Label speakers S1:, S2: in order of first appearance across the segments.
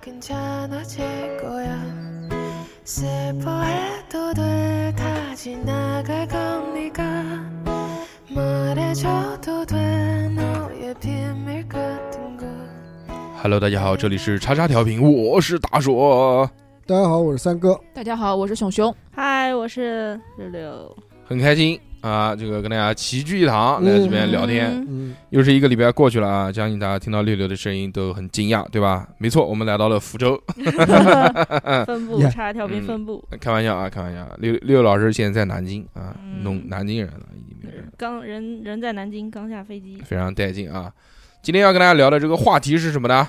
S1: 괜찮아질 거야 슬퍼해도 될 다 지나갈 겁니까 말해줘도 돼 너의 비밀 같은 걸
S2: Hello，大家好，这里是叉叉调频，我是大硕，
S3: 大家好，我是三哥。
S4: 大家好，我是熊 熊。
S5: 嗨，我是六六。
S2: 很开心啊，这个跟大家齐聚一堂，来这边聊天，
S5: 嗯
S3: 嗯，
S2: 又是一个礼拜过去了啊，相信大家听到六六的声音都很惊讶，对吧？没错，我们来到了福州， 嗯
S5: 分部
S3: 呀
S5: 叉调频分部，
S2: 开玩笑啊，开玩笑啊，六六老师现在在南京啊，
S5: 嗯
S2: 弄南京人了，已经变成
S5: 刚人人在南京，刚下飞机。
S2: 非常带劲啊。今天要跟大家聊的这个话题是什么呢？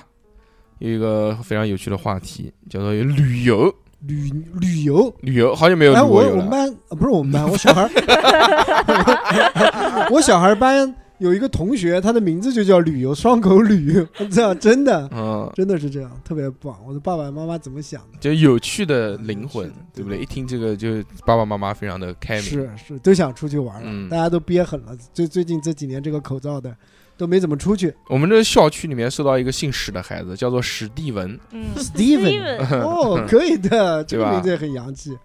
S2: 有一个非常有趣的话题，叫做旅游，
S3: 旅旅游。
S2: 旅游，好久没有旅
S3: 哎，
S2: 过
S3: 我
S2: 游
S3: 我们
S2: 了。
S3: 班呃不是我们班，我 小孩儿， 我小孩儿班有一个同学，他的名字就叫旅游 双口旅，这样真的
S2: 嗯，
S3: 真的是这样，特别棒。我的爸爸妈妈怎么想的？
S2: 就有趣的灵魂
S3: 是的，
S2: 对不对？一听这个，就爸爸妈妈非常的开明。
S3: 是是，都想出去玩了，
S2: 嗯
S3: 大家都憋狠了。最最近这几年这个口罩的都没怎么出 去。
S2: 我们这校区里面收到一个姓史的孩子，叫做史蒂文。
S5: 嗯
S3: Steven 哦，可以的，这
S2: 对
S3: 个
S2: 吧
S3: 名字也很洋气。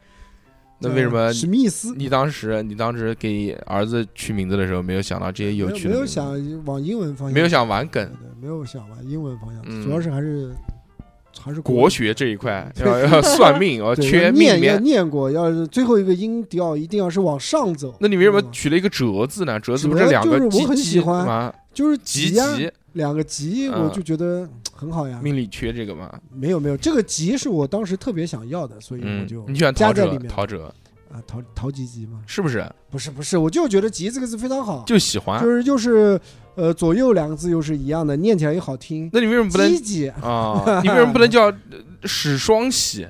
S2: 那为什么
S3: 呃史密斯？
S2: 你当时，你当时给儿子取名字的时候，没有想到这些有
S3: 没
S2: 趣的
S3: 没有
S2: 名字
S3: 想嗯往英文方向，
S2: 没有想玩梗
S3: 对对，没有想往英文方向，
S2: 嗯
S3: 主要是还是还是
S2: 国学这一块，
S3: 对
S2: 要要算 命，哦，
S3: 对
S2: 缺
S3: 要
S2: 命里
S3: 念要
S2: 面。
S3: 念过，要是最后一个音调一定要是往上走。
S2: 那你为什么
S3: 嗯
S2: 取了一个折字呢？折字
S3: 折
S2: 不是两个
S3: 就是我
S2: 唧
S3: 很喜
S2: 唧
S3: 欢啊
S2: 吗？
S3: 就是
S2: 唧
S3: 呀，
S2: 唧，
S3: 两个急，
S2: 嗯
S3: 我就觉得很好呀。
S2: 命里缺这个嘛？
S3: 没有没有，这个急是我当时特别想要的，所以我
S2: 嗯
S3: 就，
S2: 你喜欢
S3: 加
S2: 陶
S3: 在
S2: 喆
S3: 里，面
S2: 陶喆
S3: 啊陶陶吉吉嘛，
S2: 是不是？
S3: 不是不是，我就觉得急这个字非常好，
S2: 就喜欢
S3: 就。是就是呃左右两个字又是一样的，念起来也好听。
S2: 那你为什么不能
S3: 吉吉
S2: 啊？你为什么不能叫呃史双喜？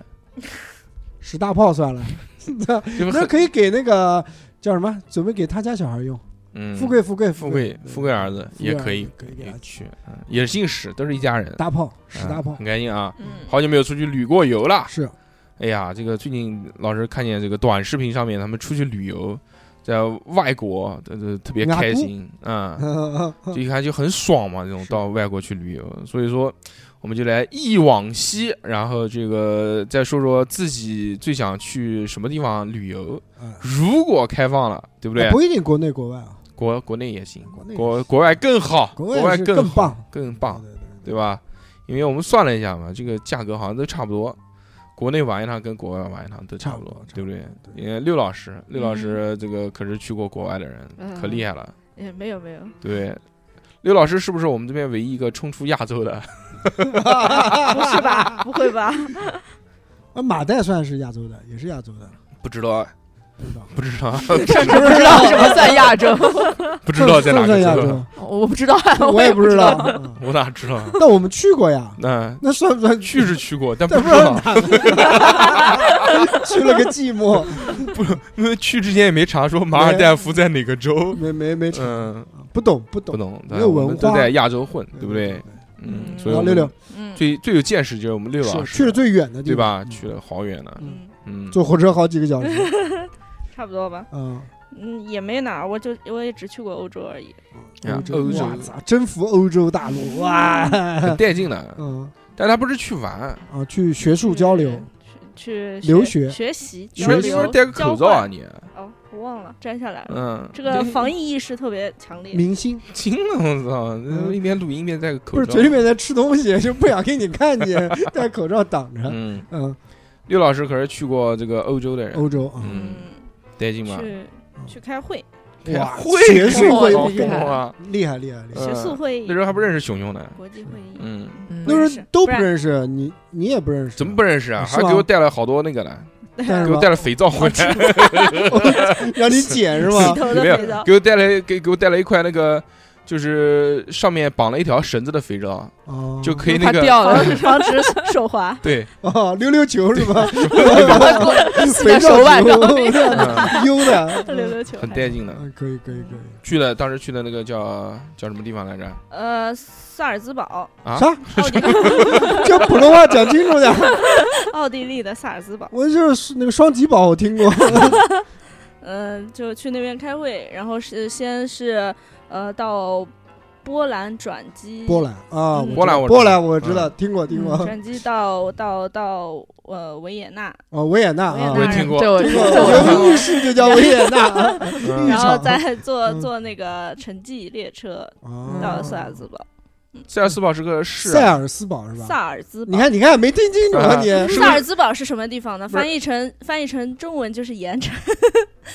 S3: 使大炮算了，
S2: 就是
S3: 那
S2: 很
S3: 可以给那个叫什么，准备给他家小孩用。
S2: 嗯，
S3: 富贵富贵
S2: 富贵富贵儿子也可以，
S3: 可以给
S2: 也
S3: 他
S2: 去，嗯也姓史，都是一家人。
S3: 大炮使大炮
S2: 嗯，很开心啊！
S4: 嗯，
S2: 好久没有出去旅过游了。
S3: 是
S2: 哎呀，这个最近老是看见这个短视频上面他们出去旅游，在外国，呃，呃特别
S3: 外国
S2: 开心， 嗯，就一看就很爽嘛，这种
S3: 是
S2: 到外国去旅游。所以说，我们就来忆往昔，然后这个再说说自己最想去什么地方旅游。
S3: 嗯
S2: 如果开放了，对不对
S3: 哎？不一定国内国外啊，
S2: 国国内也行，
S3: 国内
S2: 国国外更好，
S3: 国
S2: 国
S3: 外
S2: 外
S3: 是
S2: 更
S3: 更
S2: 好
S3: 棒，
S2: 更棒，
S3: 对
S2: 对吧？因为我们算了一下嘛，这个价格好像都差不多，国内玩一趟跟国外玩一趟都差不多，
S3: 差
S2: 对
S3: 不多
S2: 不对？
S3: 对嗯
S2: 因为六老师，六老师这个可是去过国外的人，
S5: 嗯
S2: 可厉害了，
S5: 也没有没有，
S2: 对。六老师是不是我们这边唯一一个冲出亚洲 的？
S5: 不是吧？不会吧？
S3: 啊，马代算是亚洲的，也是亚洲的，
S2: 不知道，
S3: 不知道
S2: 不知道，
S4: 不知道什么算亚洲，
S2: 不知道在哪
S3: 算
S2: 个
S3: 算亚
S2: 洲，
S3: 洲，
S4: 我不知道，
S3: 我也
S4: 也
S3: 不
S4: 知
S3: 知道。。嗯
S2: 我哪知道？
S3: 但我们去过呀，
S2: 那
S3: 那算不算
S2: 去？是去过，但不
S3: 但
S2: 知
S3: 不知
S2: 道，
S3: 道哪里去了个寂寞，
S2: 因为去之前也没查说马尔代夫在哪个 州。
S3: 没没没查，
S2: 嗯，
S3: 不懂不
S2: 不
S3: 懂，
S2: 懂，
S3: 没有
S2: 我们
S3: 文
S2: 都
S3: 化
S2: 在亚洲混，对不对？？嗯，
S5: 嗯
S2: 所以
S3: 然
S2: 我
S3: 后
S2: 们
S3: 啊六六
S5: 嗯，
S2: 最最有见识就是我们六老
S3: 是
S2: 师
S3: 去了最远的地
S2: 对吧？
S3: 方嗯
S2: 去了好远呢，
S5: 嗯，
S2: 嗯，
S3: 坐火车好几个小时，
S5: 差不多吧。
S3: 嗯，
S5: 嗯，也没哪儿，我就我也只去过欧洲而已。
S2: 啊
S3: 欧
S2: 欧
S3: 洲，
S2: 洲
S3: 哇操，征服欧洲大陆， 哇，
S2: 很带劲的。
S3: 嗯
S2: 但他不是去玩，
S3: 啊，去学术交流，
S5: 去去
S3: 留学
S5: 学学习
S3: 学
S5: 交
S2: 学是
S3: 习
S5: 流
S2: 不是戴个口罩啊
S5: 交换
S2: 你？
S5: 哦，我忘了摘下来了。
S2: 嗯，
S5: 这个防疫意识特别强烈。
S3: 明星
S2: 惊了，我操！
S3: 嗯
S2: 一边录音一边戴个
S3: 不
S2: 口
S3: 是
S2: 罩
S3: 嘴。里面在吃东西，就不想给你看 见，戴口罩挡着。
S2: 嗯，
S3: 嗯，
S2: 六老师可是去过这个欧洲的人，
S3: 欧洲啊，
S2: 嗯，带劲吗？
S5: 去去开会，
S2: 开
S3: 哇，
S2: 会
S3: 学术
S4: 哇
S3: 会
S2: 好
S3: 议
S4: 厉害
S2: 啊！
S3: 厉害厉害厉
S2: 嗯
S3: 害，
S5: 学术会议
S2: 那时，候还不认识熊熊呢，
S5: 国际会议。
S2: 嗯，
S4: 嗯
S3: 那时候都不
S5: 不然
S3: 认识你，你也不认识，
S2: 怎么不认识啊？
S3: 是
S2: 还
S3: 吗
S2: 给我带了好多那个呢，
S3: 但
S2: 给
S3: 是
S2: 我
S3: 吧
S2: 带了肥皂回来，
S3: 让你剪是
S5: 洗
S3: 吗？
S5: 头的
S2: 没有
S5: 肥 皂，
S2: 给我带了给给我带了一块那个，就是上面绑了一条绳子的肥皂，
S3: 哦，
S2: 就可以那
S4: 怕
S2: 个
S4: 掉了，
S5: 防止手滑。
S2: 对，
S3: 哦，溜溜球是 吧？哦
S4: 系
S3: 肥
S4: 在手腕上。
S3: 上，
S2: 嗯
S3: 悠的，
S5: 溜溜球
S2: 很带劲的。
S5: 哎
S3: 嗯，可以可以可以，
S2: 去了，当时去的那个叫叫什么地方来着？
S5: 呃，萨尔兹堡，
S2: 啊
S3: 啥？
S5: 奥地
S3: 就普通话讲清楚点。
S5: 奥地利的萨尔兹堡，
S3: 我就是那个双极宝，我听过。
S5: 呃嗯、就去那边开会，然后是先是呃到波兰转机，
S3: 波兰啊，
S5: 嗯
S3: 我
S2: 波兰我知道
S3: 波兰我知道，听过听
S5: 嗯
S3: 过，
S5: 转机到到到呃维也纳，
S3: 哦，维也纳
S5: 维也
S3: 啊
S5: 纳，
S2: 我也听过，
S4: 这我
S3: 这
S4: 这
S3: 个
S4: 我
S3: 我们浴室就叫维也纳啊，
S2: 嗯
S3: 浴
S5: 然后
S3: 场
S5: 再坐
S3: 嗯
S5: 坐那个城际列车
S3: 啊
S5: 到萨尔兹堡，
S2: 塞尔斯堡是个市啊，
S3: 塞尔斯堡是吧？
S5: 萨尔兹
S3: 你
S5: 堡。
S3: 看，你看，没听清楚啊
S2: 啊
S3: 你。
S2: 是
S5: 萨尔兹堡是什么地方呢？
S2: 不是
S5: 翻译成翻译成中文就是盐城，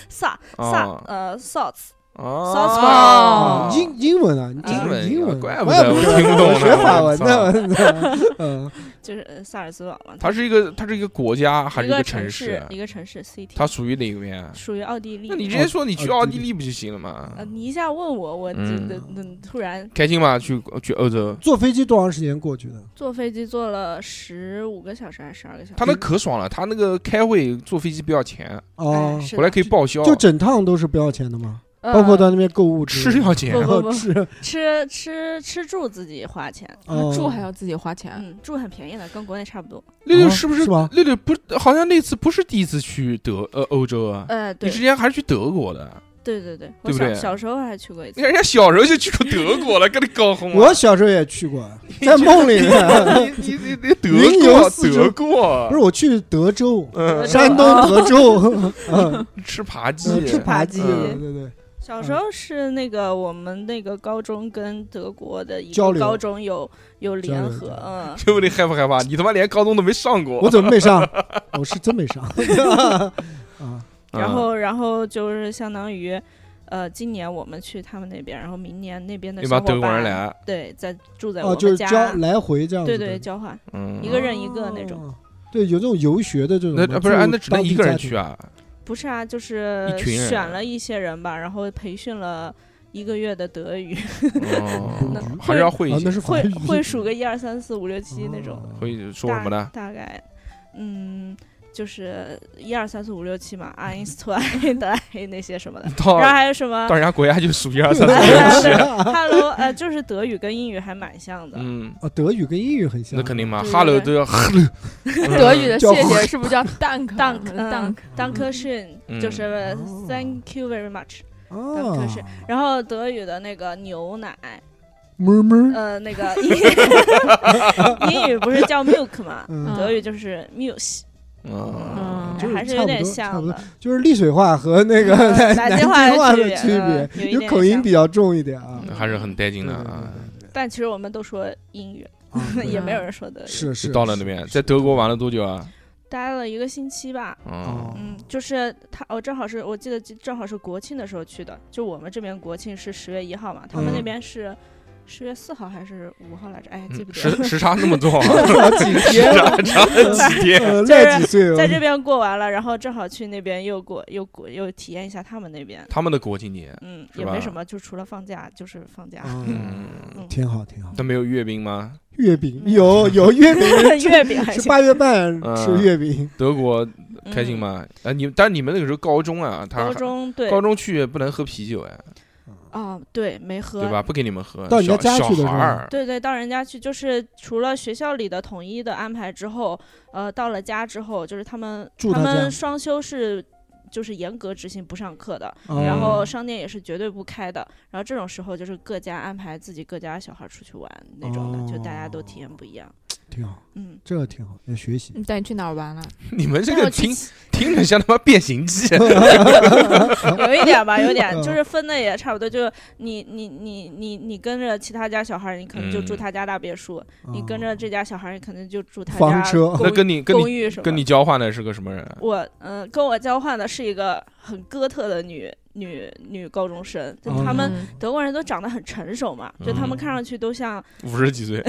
S5: 萨萨
S2: 啊
S5: 呃 Salts 哦
S2: 啊，
S3: 英英文啊，你讲
S2: 哦英
S3: 的
S2: 文
S3: 英文，
S2: 怪不
S3: 我也
S2: 得我
S3: 知道
S2: 听不懂呢
S3: 学法文
S2: 我
S3: 的，嗯，
S5: 就是呃萨尔兹堡嘛。
S2: 它是一个它是一个国家还是
S5: 一
S2: 一个
S5: 城
S2: 市？啊
S5: 一个城市 city，
S2: 它属于哪个面？
S5: 属于奥地利。
S2: 那你直
S3: 哦
S2: 接说你去奥地
S3: 奥地
S2: 利不就行了
S3: 哦
S2: 吗？
S5: 呃，你一下问我，我就
S2: 嗯
S5: 能能突然
S2: 开心吗？去去欧洲，
S3: 坐飞机多长时间过去的？
S5: 坐飞机坐了十五个小时还是十二个小时？
S2: 他那可爽了，他那个开会坐飞机不要钱，
S3: 哦
S5: 哎，是的
S2: 回来可以报销，
S3: 就整趟都是不要钱的吗？
S5: 呃
S3: 包括到那边购物之
S2: 吃
S3: 类的
S2: 要钱
S5: 不
S3: 然 后吃，
S5: 吃吃吃住自己花钱，
S3: 哦
S4: 住还要自己花钱，
S5: 嗯，住很便宜的，跟国内差不多。
S2: 六六
S3: 啊
S2: 是不是
S3: 是吗？
S2: 六六不，好像那次不是第一次去德呃欧洲啊，
S5: 呃，
S2: 你
S5: 对
S2: 之前还是去德国的，
S5: 对对对，我
S2: 对不
S5: 小
S2: 对
S5: 小时候还去过一
S2: 你
S5: 次。
S2: 看人家小时候就去过德国了，跟你搞红
S3: 我
S2: 了。
S3: 小时候也去过，在梦里呢，
S2: 你你你德
S3: 云游
S2: 国
S3: 四
S2: 德
S3: 周
S2: 国啊
S3: 不是，我呃去德州，
S5: 呃
S2: 嗯，
S3: 山东德州，嗯
S2: 吃扒鸡，
S3: 嗯吃扒鸡，对
S2: 嗯
S3: 对对，
S5: 小时候是那个我们那个高中跟德国的一
S3: 交
S5: 个
S3: 流
S5: 高中有有联
S3: 交流
S5: 合，嗯，
S2: 对不对？害不害怕？你他妈连高中都没上过。
S3: 我怎么没上？我是真没 上啊！
S2: 嗯
S5: 然后然后就是相当于，呃，今年我们去他们那边，然后明年那边的
S2: 一帮
S5: 小伙
S2: 德国人
S5: 伴
S2: 来，
S5: 对，在住在我
S3: 哦，
S5: 们
S3: 就是
S5: 家，
S3: 交来回这样子
S5: 对
S3: 的，
S5: 对，交换，
S2: 嗯，
S5: 一个人一个那种
S3: 哦。对，有这种游学的这种
S2: 那
S3: 吗，
S2: 啊不是
S3: 住
S2: 啊，那只能
S3: 当地
S2: 一个人
S3: 家庭
S2: 去。啊。
S5: 不是啊，就是
S2: 一群人
S5: 选了一些人吧，然后培训了一个月的 德语，
S2: 哦
S5: 那，
S2: 还是要会
S3: 啊
S2: 一，
S3: 那
S2: 些，
S3: 是
S5: 会
S3: 法语
S5: 会数个一二三四五六七那种，
S3: 哦
S2: 会说什么呢？
S5: 大概，嗯。就是一二三四五六七嘛，爱因斯坦、爱德莱那些什么的，
S2: 到
S5: 然后还有什么
S2: 到人家国家就数一
S3: 嗯
S2: 二三四 五六七，
S5: ，Hello，呃，就是德语跟英语还蛮像的，
S2: 嗯，
S3: 啊，德语跟英语很像。
S2: 那肯定嘛
S5: 对
S2: ，hello
S5: 对
S2: 都要 hello，
S4: 德语的
S3: 叫
S4: 谢谢是不是 叫 dank
S5: Dank，嗯
S4: dank？
S5: Dankeschön，、
S2: 嗯
S5: 就是呃
S3: 哦
S5: Thank you very much。
S3: 啊，
S5: 可是然后德语的那个牛奶，
S3: 么么，
S5: 呃，那个英英语不 是叫 milk 吗？
S3: 嗯
S5: 德语就是 muse，
S2: 嗯，
S4: 嗯
S3: 就是
S5: 还是
S3: 差
S5: 有
S3: 不
S5: 点
S3: 多差不
S5: 像
S3: 多
S5: 的。
S3: 就是丽水话和那个
S5: 嗯
S3: 南
S5: 南
S3: 南
S5: 京
S3: 京
S5: 话的
S3: 话
S5: 区
S3: 的
S5: 别
S3: 区
S5: 嗯有
S3: 别，
S5: 一
S3: 就
S5: 点
S3: 口
S5: 点
S3: 音
S5: 像
S3: 比较重一点啊。
S5: 嗯
S2: 还是很带劲的啊。
S5: 但其实我们都说英语，
S3: 啊对
S5: 也没有人说德语。
S3: 是是
S2: 就到了那边，在德国玩了多久啊？
S5: 待了一个星期吧。
S2: 嗯
S3: 哦，
S5: 嗯，就是他，我、正好是我记得正好是国庆的时候去的，就我们这边国庆是十月一号嘛，他们那
S2: 嗯
S5: 边是十月四号还是五号来着？哎，记
S2: 嗯
S5: 不得了。
S2: 时时差那么重 啊，
S3: 好几
S2: 时
S3: 天，
S2: 差差了 几天。
S3: 呃，
S5: 就
S3: 赖
S5: 是
S3: 几岁哦？
S5: 在这边过完了，然后正好去那边又过又过又体验一下他们那边，
S2: 他们的国庆节，
S5: 嗯，
S2: 是
S5: 也
S2: 吧
S5: 没什么，就除了放假就是放假。，
S3: 嗯，
S2: 嗯，
S3: 挺好挺好。
S2: 他没有阅兵吗？
S3: 月饼有有月饼
S5: 月饼嗯 还
S3: 是
S5: 行
S3: 八月半
S2: 嗯
S3: 吃月饼，
S2: 德国
S5: 嗯
S2: 开心？吗？啊，你但是你们那个时候高中啊，他
S5: 高中对
S2: 高中去不能喝啤酒哎，
S5: 啊，对，没喝
S2: 对吧？？不给你们喝，
S3: 到你
S2: 小
S3: 家去的时
S2: 小
S3: 候
S2: 孩儿，
S5: 对对，到人家去就是除了学校里的统一的安排之后，呃，到了家之后，就是他们
S3: 住他家
S5: 们双休是就是严格执行不上课的，
S3: 哦
S5: 然后商店也是绝对不开的，然后这种时候就是各家安排自己各家小孩出去玩那种的，就大家都体验不一样。
S3: 挺好，
S5: 嗯，
S3: 这个挺好，要学习。
S4: 你带你去哪儿玩了？啊
S2: 你们这
S5: 但
S2: 个
S5: 我去
S2: 听听着像他妈变形记，
S5: 嗯 有一点吧，有一点
S3: 嗯
S5: 就是分的也差不多，就你你你你你跟着其他家小孩儿，你可能就住
S2: 嗯
S5: 他家大别墅；你跟
S3: 嗯
S5: 着这家小孩儿，你可能就住他
S3: 房
S5: 家
S3: 车
S5: 公
S2: 那跟你跟
S5: 公
S2: 你
S5: 寓什么的。
S2: 跟你交换的是个什么人？
S5: 我嗯、跟我交换的是一个很哥特的女女女高中生，就
S3: 哦嗯
S5: 他们。
S4: 嗯
S5: 德国人都长得很成熟嘛，就他们看上去都 像，
S2: 五十几岁，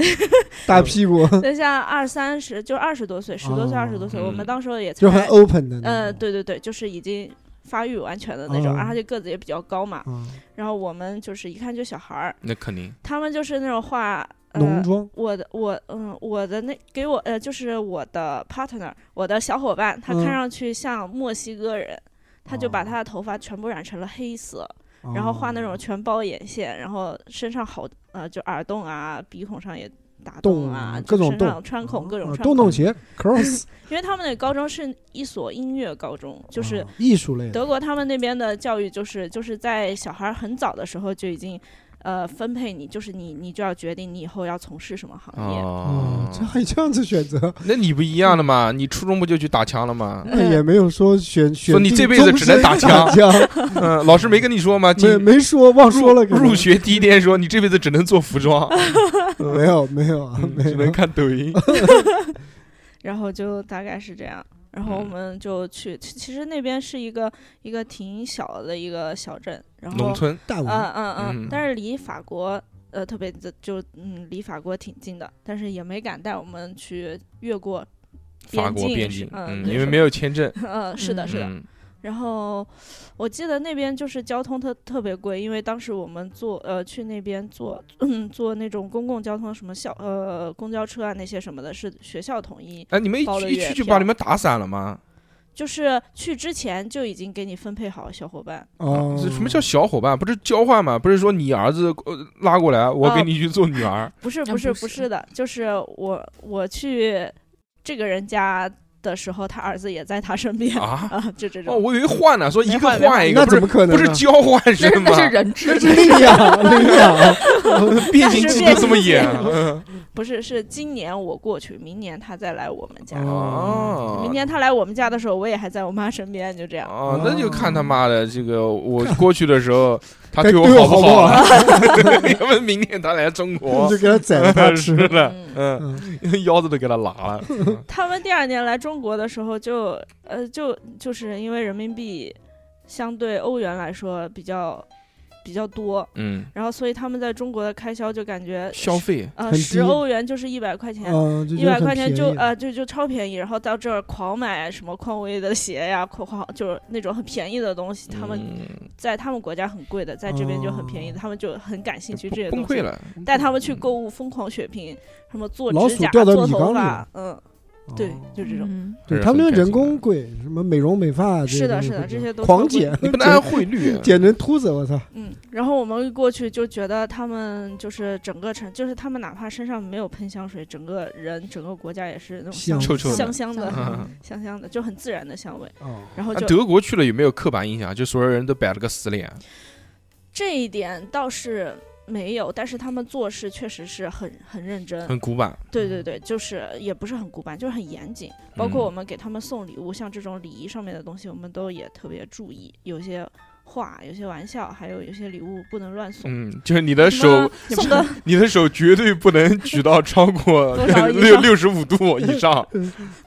S3: 大屁股，
S5: 都像二三十，就二十多岁，十多岁、
S3: 哦
S5: 二十多岁。我们
S2: 嗯
S5: 当时候也才
S3: 就，很 open 的那
S5: 嗯，
S3: 种。
S5: 对对对，就是已经发育完全的那种，
S3: 哦
S5: 然后就个子也比较高嘛。
S3: 嗯，
S5: 然后我们就是一看就小孩儿，
S2: 那肯定。
S5: 他们就是那种画
S3: 浓
S5: 呃，
S3: 妆
S5: 我的我嗯我的那给我呃就是我的 partner 我的小伙伴，他
S3: 嗯哦
S5: 看上去像墨西哥人，他就把他的头发全部染成了黑色，然后画那种全包眼线，然后身上好呃就耳洞啊鼻孔上也打
S3: 洞
S5: 啊，
S3: 各种
S5: 就身上
S3: 洞，
S5: 穿孔各种
S3: 啊
S5: 穿孔，
S3: 洞洞鞋 cross，
S5: 因为他们那高中是一所音乐高中， 就是
S3: 啊艺术类的。
S5: 德国他们那边的教育就是就是在小孩很早的时候就已经呃分配你，就是你你就要决定你以后要从事什么行业。
S2: 哦
S3: 哦，这还这样子选 择，
S2: 那你不一样了嘛？你初中不就去打枪了吗？
S4: 嗯
S3: 那也没有说选选
S2: 你
S3: 定
S2: 这辈子
S3: 终
S2: 只能
S3: 身
S2: 打
S3: 打
S2: 枪
S3: 枪
S2: 嗯，老师没跟你说吗？
S3: 没
S2: 进
S3: 没说忘说了，可能
S2: 入学第一天说你这辈子只能做服 装，
S3: 没有没有啊
S2: 嗯
S3: 没
S2: 只能
S3: 有，
S2: 看抖 音。
S5: 然后就大概是这样。然后我
S2: 嗯
S5: 们就去，其其实那边是一个一个挺小的一个小镇，然后
S2: 农村，
S3: 大
S5: 嗯
S3: 王
S5: 嗯
S2: 嗯
S5: 嗯，但是离法国呃特别的就嗯离法国挺近的，但是也没敢带我们去越过
S2: 法国边
S5: 边
S2: 境，
S5: 嗯，
S2: 嗯，因为没
S5: 有，
S2: 有签证，
S5: 嗯，是的，是的。
S2: 嗯
S5: 然后我记得那边就是交通特特别贵，因为当时我们坐呃去那边坐 坐那种公共交通什么校呃公交车啊那些什么的，是学校统一，
S2: 哎，你们一
S5: 包了
S2: 去一
S5: 月
S2: 去就
S5: 票
S2: 把你们打散了吗？
S5: 就是去之前就已经给你分配好小伙伴。
S3: 哦，
S2: 是什么叫小伙伴？不是交换吗？不是说你儿子呃拉过来，我
S5: 啊
S2: 给你去做女 儿。
S5: 不是
S4: 啊
S5: 不是
S4: 不
S5: 不
S4: 是
S5: 是的，就是我我去这个人家的时候，他儿子也在他身边
S2: 啊
S5: 就这
S2: 哦，
S5: 种。
S2: 我以为换呢，说一
S5: 没
S2: 个
S5: 换没
S2: 换一个，
S3: 那
S2: 不
S3: 怎
S2: 是
S3: 么可
S2: 不
S3: 能
S2: 是
S3: 呢？哎
S2: 交换
S4: 那
S2: 是
S4: 是
S2: 吗
S4: 那？是人质
S3: 那， 是领养领养，
S2: 变形
S5: 那是
S2: 记
S5: 变
S2: 就这么
S5: 形记
S2: 演。嗯
S5: 不是是今年我过去，明年他再来我们家。
S2: 哦
S5: 明年他来我们家的时候，我也还在我妈身边，就这样。
S2: 哦，那就看他妈的这个，我过去的时 候他对
S3: 对
S2: 我好
S3: 我好
S2: 不
S3: 不
S2: 好
S3: 好
S2: 啊？ 要不然明天他来中
S3: 我
S2: 国
S3: 就，给他宰了他吃
S2: 是。 的，
S5: 嗯，
S2: 嗯，
S3: 嗯，
S2: 腰子都给他拉了。
S5: 他们第二年来中国的时候就，呃就就是因为人民币相对欧元来说比较比较多，
S2: 嗯，
S5: 然后所以他们在中国的开销就感觉
S2: 消费
S5: 呃
S3: 很低
S5: 十欧元就是一百块钱，
S3: 哦，就
S5: 一
S3: 觉得
S5: 百
S3: 很
S5: 块钱
S3: 便
S5: 就
S3: 宜
S5: 呃就就超便宜，然后到这儿狂买什么匡威的鞋呀，狂狂就是那种很便宜的东西，他们
S2: 嗯
S5: 在他们国家很贵的，在这边就很便宜，
S3: 哦
S5: 他们就很感兴趣这些
S2: 崩
S5: 东
S2: 溃
S5: 西。
S2: 了。
S3: 嗯
S2: 嗯
S5: 带他们去购物，疯狂血拼，什么做
S3: 老
S5: 指
S3: 鼠
S5: 甲、
S3: 掉到
S5: 做
S3: 米
S5: 头
S3: 缸里
S5: 发
S3: 了，
S5: 嗯，对
S3: 哦，
S5: 就这种。
S4: 嗯
S3: 对
S2: 是
S3: 他们
S2: 很
S3: 那
S2: 开心
S3: 人
S2: 的
S3: 工贵，什么美容美发啊这些
S5: 是的
S3: 东西
S5: 是的
S3: 会
S5: 这
S3: 贵
S5: 些都
S3: 狂
S5: 都
S3: 减，
S2: 你不能 按
S3: 减
S2: 汇率，
S3: 减成秃子，我操！
S5: 嗯，然后我们一过去就觉得他们就是整个城，就是他们哪怕身上没有喷香水，整个人整个国家也是那种
S3: 香
S2: 臭臭的
S5: 香香的、
S2: 嗯
S5: 香香的，就很自然的香味。
S3: 哦，
S5: 然后
S2: 啊
S5: 就、
S2: 德国去了有没有刻板印象？就所有人都摆了个死脸，
S5: 这一点倒是没有，但是他们做事确实是很很认真。
S2: 很古板。
S5: 对对对，就是也不是很古板，就是很严谨。包括
S2: 嗯
S5: 我们给他们送礼物，像这种礼仪上面的东西，我们都也特别注意。有些话，有些玩笑，还有有些礼物不能乱送。
S2: 嗯，就是你的手，
S5: 什么送的
S2: 你的手绝对不能举到超过
S5: 多少以上
S2: 六六十五度以 上。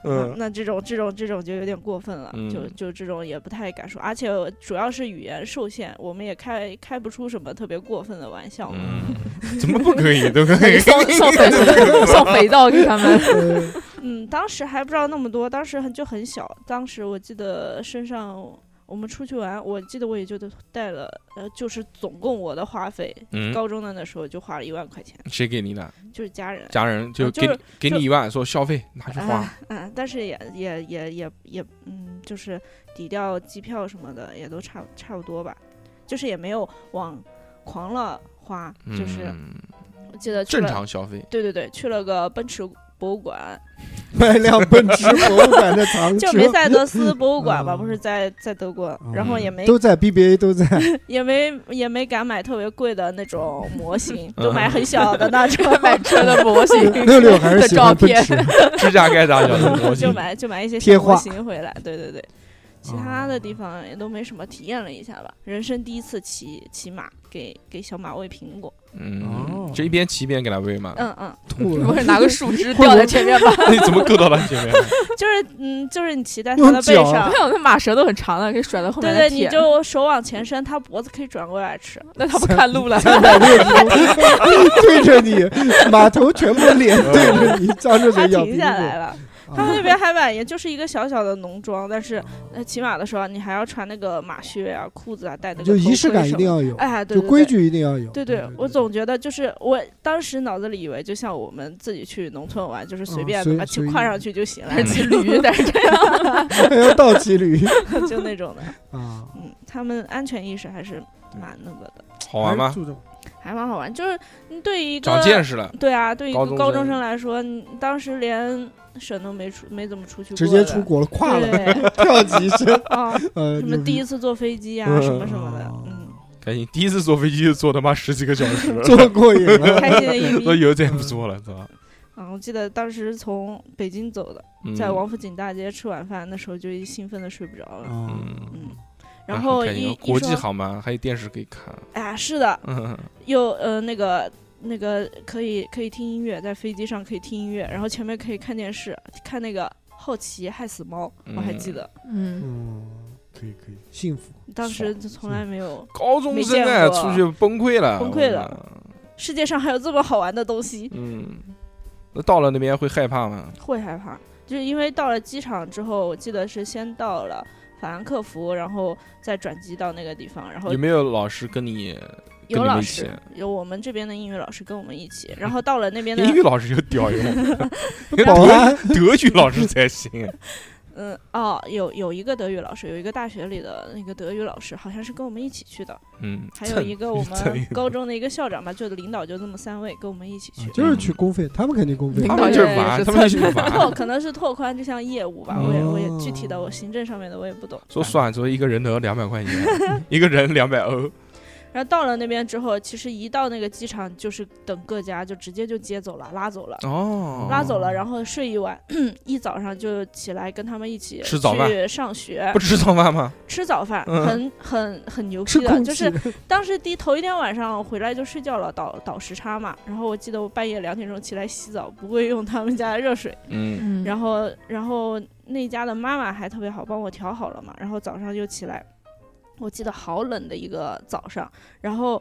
S2: 嗯，
S5: 那这种这种这种就有点过分了，
S2: 嗯
S5: 就就这种也不太敢说，而且主要是语言受限，我们也开开不出什么特别过分的玩笑嘛。
S2: 嗯，怎么不可以？都可以。
S4: 送送肥送肥皂给他们，，
S3: 呃
S5: 嗯，当时还不知道那么多，当时很就很小，当时我记得身上我们出去玩，我记得我也就带了，呃，就是总共我的花费，
S2: 嗯，
S5: 高中的那时候就花了一万块钱，
S2: 谁给你的？
S5: 就是家人。
S2: 家人就
S5: 啊
S2: 给
S5: 就是
S2: 你给
S5: 就
S2: 你一万，说消费拿去花。
S5: 啊嗯，但是也也也也也，嗯，就是抵掉机票什么的，也都差不差不多吧，就是也没有往狂了花，就是
S2: 嗯
S5: 我记得去
S2: 正
S5: 了，
S2: 常消费。
S5: 对对对，去了个奔驰博物馆，
S3: 买辆奔驰博物馆 的长
S5: 就梅
S3: 车，
S5: 赛德斯博物馆吧，
S3: 啊
S5: 不是在在德国，然后也没
S3: 都在 BBA 都 在，
S5: 也没也没敢买特别贵的那种 模型，
S2: 嗯
S5: 就买很小的那种
S4: 买车的模 型
S3: 六六还是
S4: 的
S3: 喜
S4: 照
S3: 欢奔
S4: 片，
S3: 驰。
S2: 指甲盖大小的 模
S5: 就
S2: 型，
S5: 买就买一些
S3: 贴
S5: 小模
S3: 画
S5: 型回来，对对对。其他
S2: 哦
S5: 的地方也都没什么，体验了一下吧。人生第一次骑骑马，给给小马喂苹果。
S2: 嗯
S3: 哦，
S2: 就一边骑一边给他喂嘛。
S5: 嗯嗯，
S3: 吐
S4: 不
S3: 了
S4: 是，拿个树枝吊在前面吧？
S2: 你怎么够到他前 面？
S5: 就是嗯，就是你骑在
S3: 用
S5: 它的背
S3: 脚啊
S5: 上
S4: 没， 有，那马舌头很长的，可以甩到后
S5: 对
S4: 面
S5: 对，
S4: 来
S5: 你
S4: 舔。
S5: 就手往前伸，它脖子可以转过来吃。
S4: 那他不看路了，
S3: 三百六十度对着你，码头全部脸对着你，张着
S5: 它
S3: 嘴咬
S5: 停
S3: 苹
S5: 下来
S3: 果。
S5: 了。 他们
S3: 啊
S5: 那边还买，也就是一个小小的农庄，但是呃骑马的时候你还要穿那个马靴啊、裤子啊，戴那个
S3: 就
S5: 头
S3: 仪式
S5: 盔
S3: 感
S5: 什
S3: 一
S5: 么
S3: 定
S5: 的。
S3: 要有，
S5: 哎，对
S3: 就
S5: 对
S3: 规
S5: 对。
S3: 矩一定要有。
S5: 对对，我总觉得就是我当时脑子里以为，就像我们自己去农村玩，就是随
S3: 嗯
S5: 便
S3: 随
S5: 把骑
S3: 随
S5: 跨
S3: 意嗯
S5: 上去就行了
S4: 还，是骑驴在这样。
S3: 还要倒骑 驴
S5: 就那种的。
S3: 啊，
S5: 嗯，他们安全意识还是蛮那个的，
S2: 好玩
S5: 嗯
S2: 吗？
S3: 注重
S5: 还蛮好玩。就是你对于一个
S2: 长见识了。
S5: 对啊，对于一
S2: 高
S5: 个
S2: 中
S5: 高中
S2: 生
S5: 生来说，你当时连省都没出，没怎么出去过，
S3: 直接出。国了，跨了，
S5: 对
S3: 跳级生，
S5: 啊，
S3: 呃，
S5: 什么第一
S3: 次，
S5: 次坐飞机啊，
S2: 嗯
S5: 什么什么的，嗯，
S2: 开心，第一次坐飞机就坐他妈十几个小 时
S3: 坐过瘾了。
S5: 嗯开心 的一嗯
S2: 所
S5: 逼
S2: 以以后再也不坐了，操！
S5: 啊！我记得当时从北京走的，
S2: 嗯
S5: 在王府井大街吃晚饭，那时候就一兴奋的睡不着了。
S3: 嗯，
S2: 嗯，
S5: 嗯，然
S2: 啊
S5: 后
S2: 很开心
S5: 一
S2: 国
S5: 一
S2: 际
S5: 说，
S2: 航班还有电视可以看，
S5: 哎呀，是的，
S2: 嗯，
S5: 又呃那个那个可以可以听音乐，在飞机上可以听音乐，然后前面可以看电视，看那个《好奇害死猫》，我还记
S2: 嗯
S5: 得，
S4: 嗯，
S3: 嗯，可以可以，幸福。
S5: 当
S2: 啊
S5: 时就从
S2: 嗯
S5: 来没有
S2: 高中生
S5: 没
S2: 哎，
S5: 见过
S2: 出去崩溃了，
S5: 崩溃
S2: 了
S5: 了，世界上还有这么好玩的东西，
S2: 嗯，那到了那边会害怕吗？
S5: 会害怕，就是因为到了机场之后，我记得是先到了法兰克福，然后再转机到那个地方，然后
S2: 有没有老师跟你跟你
S5: 有
S2: 们
S5: 老
S2: 一
S5: 师
S2: 起？
S5: 有我们这边的英语老师跟我们一起，然后到了那边的
S2: 英语老师就屌用，
S3: 保安，
S2: 德语老师才行。啊
S5: 嗯哦，有有一个德语老师，有一个大学里的那个德语老师，好像是跟我们一起去的，
S2: 嗯，
S5: 还有一个我 们
S2: 蹭
S5: 高中的一个校长吧，就领导就这么三位跟我们一起去。
S3: 就是去公费，他们肯定公费
S4: 领
S2: 他。
S4: 导
S2: 们就是
S4: 也
S2: 玩，
S4: 是
S2: 他们就是
S5: 拓
S2: 玩。
S5: 可能是拓宽这项业务吧，我也我也
S3: 哦
S5: 具体的我行政上面的我也不懂。
S2: 说算说一个人得两百块钱， 一个人两百欧，
S5: 然后到了那边之后，其实一到那个机场就是等各家就直接就接走了，拉走了。
S2: 哦，
S5: 拉走了，然后睡一晚， 一早上就起来跟他们一起
S2: 吃早饭
S5: 去上学
S2: 不，吃早饭吗？
S5: 吃早饭，
S2: 嗯
S5: 很很很牛
S3: 吃
S5: 逼的，
S3: 空
S5: 就
S3: 气
S5: 是，当时第头一天晚上回来就睡觉了，倒倒时差嘛。然后我记得我半夜两点钟起来洗澡，不会用他们家的热水。
S2: 嗯，
S4: 嗯
S5: 然后，然后那家的妈妈还特别好，帮我调好了嘛。然后早上又起来，我记得好冷的一个早上。然后，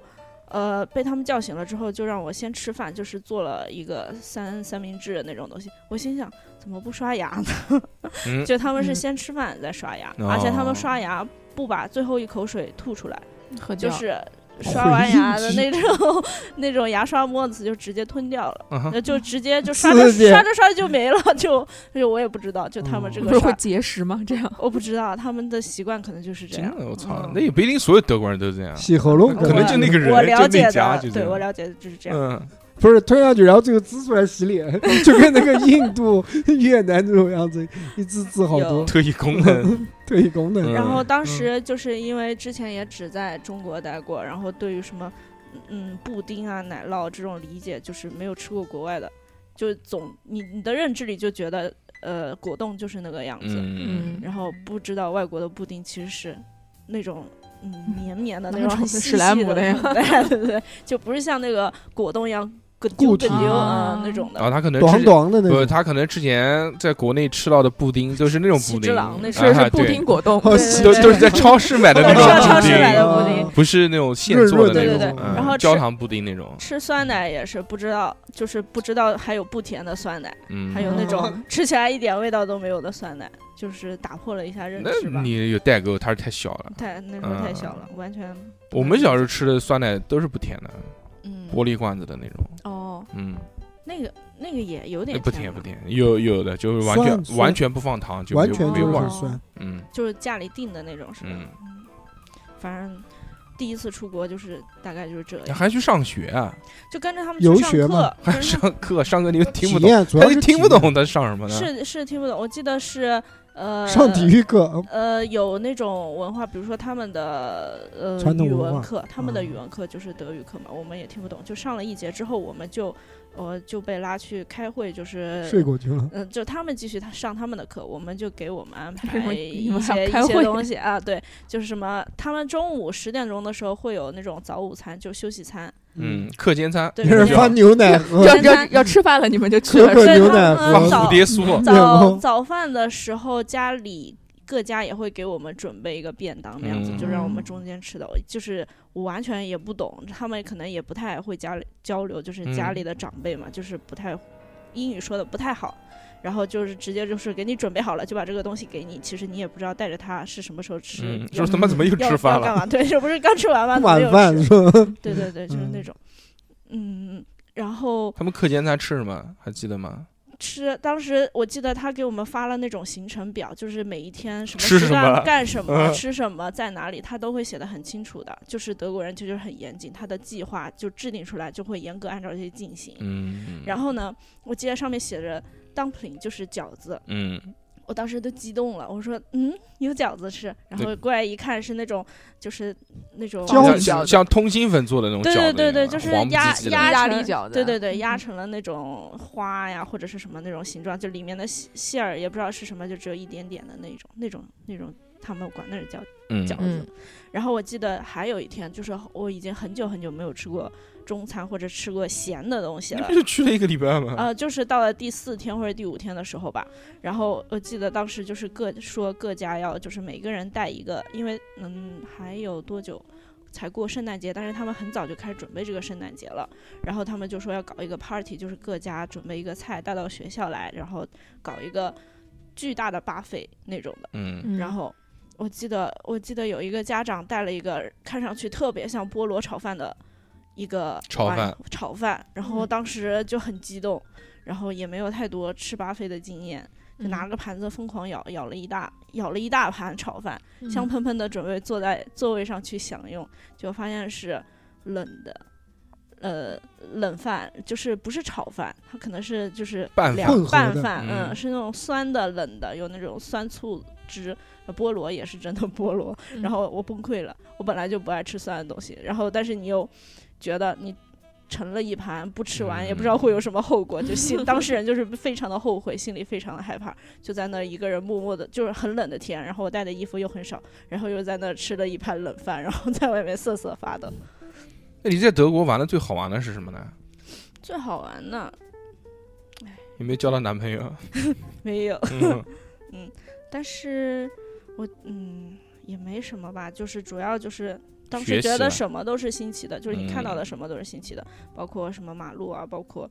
S5: 呃，被他们叫醒了之后，就让我先吃饭，就是做了一个三三明治那种东西。我心想，怎么不刷牙呢？
S2: 嗯
S5: 就他们是
S4: 嗯
S5: 先吃饭再刷牙，而且他
S2: 哦
S5: 们刷牙不把最后一口水吐出来。
S4: 喝
S5: 就
S4: 掉
S5: 是
S3: 回
S5: 刷完牙
S3: 应
S5: 的
S3: 激
S5: 那种那种牙刷沫子就直接吞掉了，
S2: 啊哈
S5: 那就直 接就刷着
S3: 刺激
S5: 刷着刷着就没了，就就我也不知道，就他们这
S2: 哦
S3: 嗯
S4: 不
S5: 个
S4: 是会
S5: 刷，
S4: 结石吗？这样
S5: 我不知道他们的习惯可能就是这
S2: 真
S5: 样。
S2: 的，我操
S5: 嗯，
S2: 那也不一定所有德国人都这样，
S3: 洗喉咙
S2: 可能就那个人
S5: 我了
S2: 就那
S5: 解
S2: 家
S5: 的
S2: 就，这
S5: 对
S2: 样
S5: 我了解的就是这样。
S2: 嗯，
S3: 不是吞下去，然后最后滋出来洗脸， 就跟那个印度、越南这种样子，一滋滋好多
S5: 有
S2: 特异功 能，
S3: 特异功能。
S5: 然后
S2: 嗯
S5: 当时就是因为之前也只在中国待过，然后对于什么嗯布丁啊、奶酪这种理解，就是没有吃过国外的，就总你你的认知里就觉得呃果冻就是那个样子，
S2: 嗯，
S5: 然后不知道外国的布丁其实是那种嗯绵绵的
S4: 那
S5: 那种
S4: 种
S5: 很细
S4: 史莱
S5: 细
S4: 姆
S5: 的
S4: 的呀
S5: 对对对，就不是像那个果冻一样滚
S3: 固
S5: 丢
S3: 体
S5: 滚丢啊
S4: 啊
S5: 那种
S2: 然后
S5: 的。
S2: 他可能之
S3: 短
S2: 前
S3: 短的那
S2: 不，
S3: 种，
S2: 他可能之前在国内吃到的布丁都是那种
S5: 喜
S2: 布
S5: 之
S2: 丁
S5: 郎，那
S4: 是
S5: 是
S4: 是
S2: 啊
S4: 布
S2: 对
S4: 丁果冻，
S3: 哦
S5: 对
S2: 都
S5: 对
S2: 都是在超市买的那
S5: 对
S2: 种
S5: 上
S2: 布
S5: 超市买的
S2: 丁，
S5: 布
S3: 啊
S5: 丁，
S2: 不是那种现
S3: 润
S2: 做
S3: 润
S2: 的
S3: 的
S2: 那
S5: 对对
S2: 种，
S3: 对
S2: 嗯
S5: 然后
S2: 焦
S5: 吃
S2: 糖布丁那种，
S5: 吃酸奶也是不知道，就是不知道还有不甜的酸奶，
S2: 嗯，
S5: 还有那种
S3: 嗯
S5: 吃起来一点味道都没有的酸奶，就是打破了一下认知
S2: 那
S5: 吧。
S2: 你有代沟，它是太小了。
S5: 太那时候太
S2: 嗯
S5: 小了，完全不
S2: 我
S5: 能
S2: 们小
S5: 理
S2: 时候
S5: 解
S2: 吃的酸奶都是不甜的，
S5: 嗯
S2: 玻璃罐子的那种，
S5: 哦，
S2: 嗯，
S5: 那个那个也啊有
S2: 那
S5: 点
S2: 哎不甜不甜，有有的就是完
S3: 酸
S2: 全
S3: 酸
S2: 完全不放糖，就没
S3: 完
S2: 有
S3: 全
S2: 没
S3: 就
S2: 有味
S3: 是
S2: 儿，
S3: 酸。
S2: 嗯
S5: 就是家里订的那种，是吧？
S2: 嗯，
S5: 反正第一次出国就是大概就是这样，
S2: 还去上学啊，
S5: 就跟着他们
S3: 游
S5: 去上
S3: 学嘛
S5: 课，
S2: 还
S5: 跟着
S2: 上课，上课你又听不
S3: 体
S2: 懂，
S3: 验主
S2: 他
S3: 要
S2: 就是听
S3: 体
S2: 不
S3: 验。
S2: 懂他上什么呢？
S5: 是是听不懂，我记得是 呃
S3: 上体育课，
S5: 呃有那种文化，比如说他们的呃
S3: 传统
S5: 语
S3: 文化
S5: 文课，他们的
S3: 嗯
S5: 语文课就是德语课嘛，我们也听不懂，就上了一节之后，我们就呃就被拉去开会，就是
S3: 哦睡过去了。
S5: 嗯，就他们继续他上他们的课，我们就给我们安
S4: 你
S5: 排
S4: 们
S5: 一
S4: 你们还
S5: 些
S4: 开
S5: 一些
S4: 会
S5: 东西啊，对，就是什么，他们中午十点钟的时候会有那种早午餐，就休息餐，
S2: 嗯，，课间餐，
S5: 对
S3: 有人
S5: 对
S3: 发牛奶喝，
S4: 要
S5: 真
S4: 要
S5: 的
S4: 要吃饭了，你们就去
S3: 可
S4: 了
S3: 可
S4: 是吧
S5: 对
S3: 牛
S5: 他
S3: 奶
S2: 放
S5: 们呃
S3: 和
S5: 早
S2: 蝴蝶酥，
S3: 面包
S5: 早早饭的时候，家里各家也会给我们准备一个便当那样子，
S2: 嗯
S5: 就让我们中间吃的。就是我完全也不懂，他们可能也不太会家里交流，就是家
S2: 嗯
S5: 里的长辈嘛，就是不太英语说的不太好。然后就是直接就是给你准备好了，就把这个东西给你。其实你也不知道带着它是什么时候吃，
S2: 嗯，
S5: 要
S2: 说他妈怎么又
S5: 要
S2: 吃饭
S5: 要干
S2: 了？
S5: 嘛？对，这不是刚吃完吗？怎么又
S3: 晚饭
S5: 吃
S3: 是吧？
S5: 对对对，就是那
S3: 嗯
S5: 种，嗯，然后
S2: 他们课间餐吃什么？还记得吗？
S5: 吃，当时我记得他给我们发了那种行程表，就是每一天什么
S2: 吃
S5: 时
S2: 什么
S5: 段干什么、
S2: 嗯
S5: 吃什么，在哪里，他都会写的很清楚的。就是德国人其实很严谨，他的计划就制定出来就会严格按照这些进行。
S2: 嗯，
S5: 然后呢，我记得上面写着 dumpling 就是饺子，
S2: 嗯，
S5: 我当时都激动了，我说嗯，有饺子吃，然后过来一看是那种就是那种
S3: 焦
S2: 像
S3: 急
S2: 像像通心粉做的那种
S5: 对
S2: 饺子
S5: 对对
S2: 一样啊
S5: 对就是
S2: 黄不
S5: 压
S2: 唧唧的
S5: 压
S4: 意大利
S5: 成
S4: 饺子，
S5: 对对对，压
S4: 嗯
S5: 成了那种花呀，或者是什么那种形状，就里面的馅馅儿也不知道是什么，就只有一点点的那种，那种那种，他们管那是叫。
S2: 嗯
S5: 饺
S4: 嗯，
S5: 然后我记得还有一天，就是我已经很久很久没有吃过中餐或者吃过咸的东西
S2: 你
S5: 了
S2: 不。是去了一个礼拜吗？嗯
S5: 呃，就是到了第四天或者第五天的时候吧，然后我记得当时就是各说各家要就是每个人带一个，因为嗯还有多久才过圣诞节，但是他们很早就开始准备这个圣诞节了，然后他们就说要搞一个 party，就是各家准备一个菜带到学校来，然后搞一个巨大的 buffet 那种的，
S2: 嗯，
S4: 嗯
S5: 然后我记得我记得有一个家长带了一个看上去特别像菠萝炒饭的一个
S2: 炒
S5: 玩
S2: 饭
S5: 炒饭，然后
S4: 嗯
S5: 当时就很激动，然后也没有太多吃巴菲的经验，
S4: 嗯
S5: 就拿个盘子疯狂舀舀了一大舀了一大盘炒饭，
S4: 嗯
S5: 香喷喷的准备坐在座位上去享用，结果发现是冷的。呃，冷饭就是不是炒饭，它可能是就是
S2: 拌
S5: 凉
S2: 饭
S3: 混合
S5: 拌
S3: 的
S5: 饭，嗯，
S2: 嗯
S5: 是那种酸的、冷的，有那种酸醋汁。呃菠萝也是真的菠萝，
S4: 嗯
S5: 然后我崩溃了，我本来就不爱吃酸的东西，然后但是你又觉得你盛了一盘不吃完，也不知道会
S2: 嗯
S5: 有什么后果，就心当事人就是非常的后悔，心里非常的害怕，就在那儿一个人默默的，就是很冷的天，然后我带的衣服又很少，然后又在那儿吃了一盘冷饭，然后在外面瑟瑟发抖。
S2: 那你在德国玩的最好玩的是什么呢？
S5: 最好玩呢，
S2: 有没有交到男朋友？
S5: 没有，
S2: 嗯
S5: 但是我嗯也没什么吧，就是主要就是当
S2: 学
S5: 时
S2: 习
S5: 觉
S2: 了
S5: 得什么都是新奇的，就是你看到
S2: 嗯
S5: 的什么都是新奇的，包括什么马路啊，包括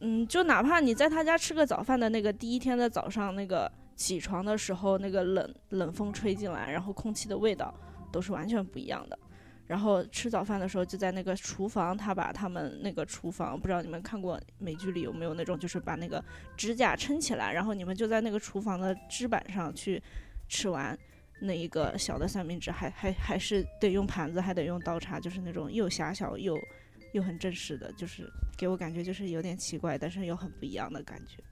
S5: 嗯，就哪怕你在他家吃个早饭的那个第一天的早上，那个起床的时候，那个冷冷风吹进来，然后空气的味道都是完全不一样的。然后吃早饭的时候，就在那个厨房，他把他们那个厨房，不知道你们看过美剧里有没有那种，就是把那个指甲撑起来，然后你们就在那个厨房的支板上去吃完那一个小的三明治，还还还是得用盘子，还得用刀叉，就是那种又狭小又又很正式的，就是给我感觉就是有点奇怪，但是又很不一样的感觉。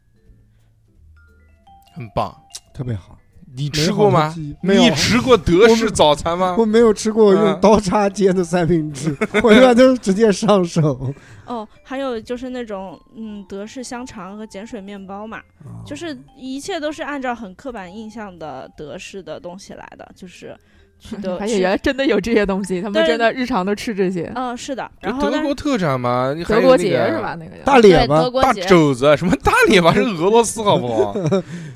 S2: 很棒。
S3: 特别好。
S2: 你吃过
S3: 美好
S2: 吗
S3: 的记忆？没有
S2: 你吃过德式早餐吗
S3: 我？没有吃过
S2: 嗯
S3: 用刀叉煎的三 明治，我一般都是直接上手。
S5: 哦，还有就是那种嗯德式香肠和碱水面包嘛，就是一切都是按照很刻板印象的德式的东西来的，就是 去德
S4: 而且
S5: 去
S4: 嗯原来真的有这些东西，他们
S5: 对
S4: 真的日常都吃这些。
S5: 嗯、是的，
S2: 就
S5: 然后
S2: 德
S5: 但是
S2: 国特产嘛，你还
S4: 德
S2: 有
S4: 国
S2: 那
S4: 节
S2: 个
S4: 是吧？？那个叫
S3: 大
S5: 对
S3: 脸
S5: 德
S3: 吗？
S5: 国
S2: 大
S5: 节
S2: 肘子什么大脸吧？是俄罗斯好不好？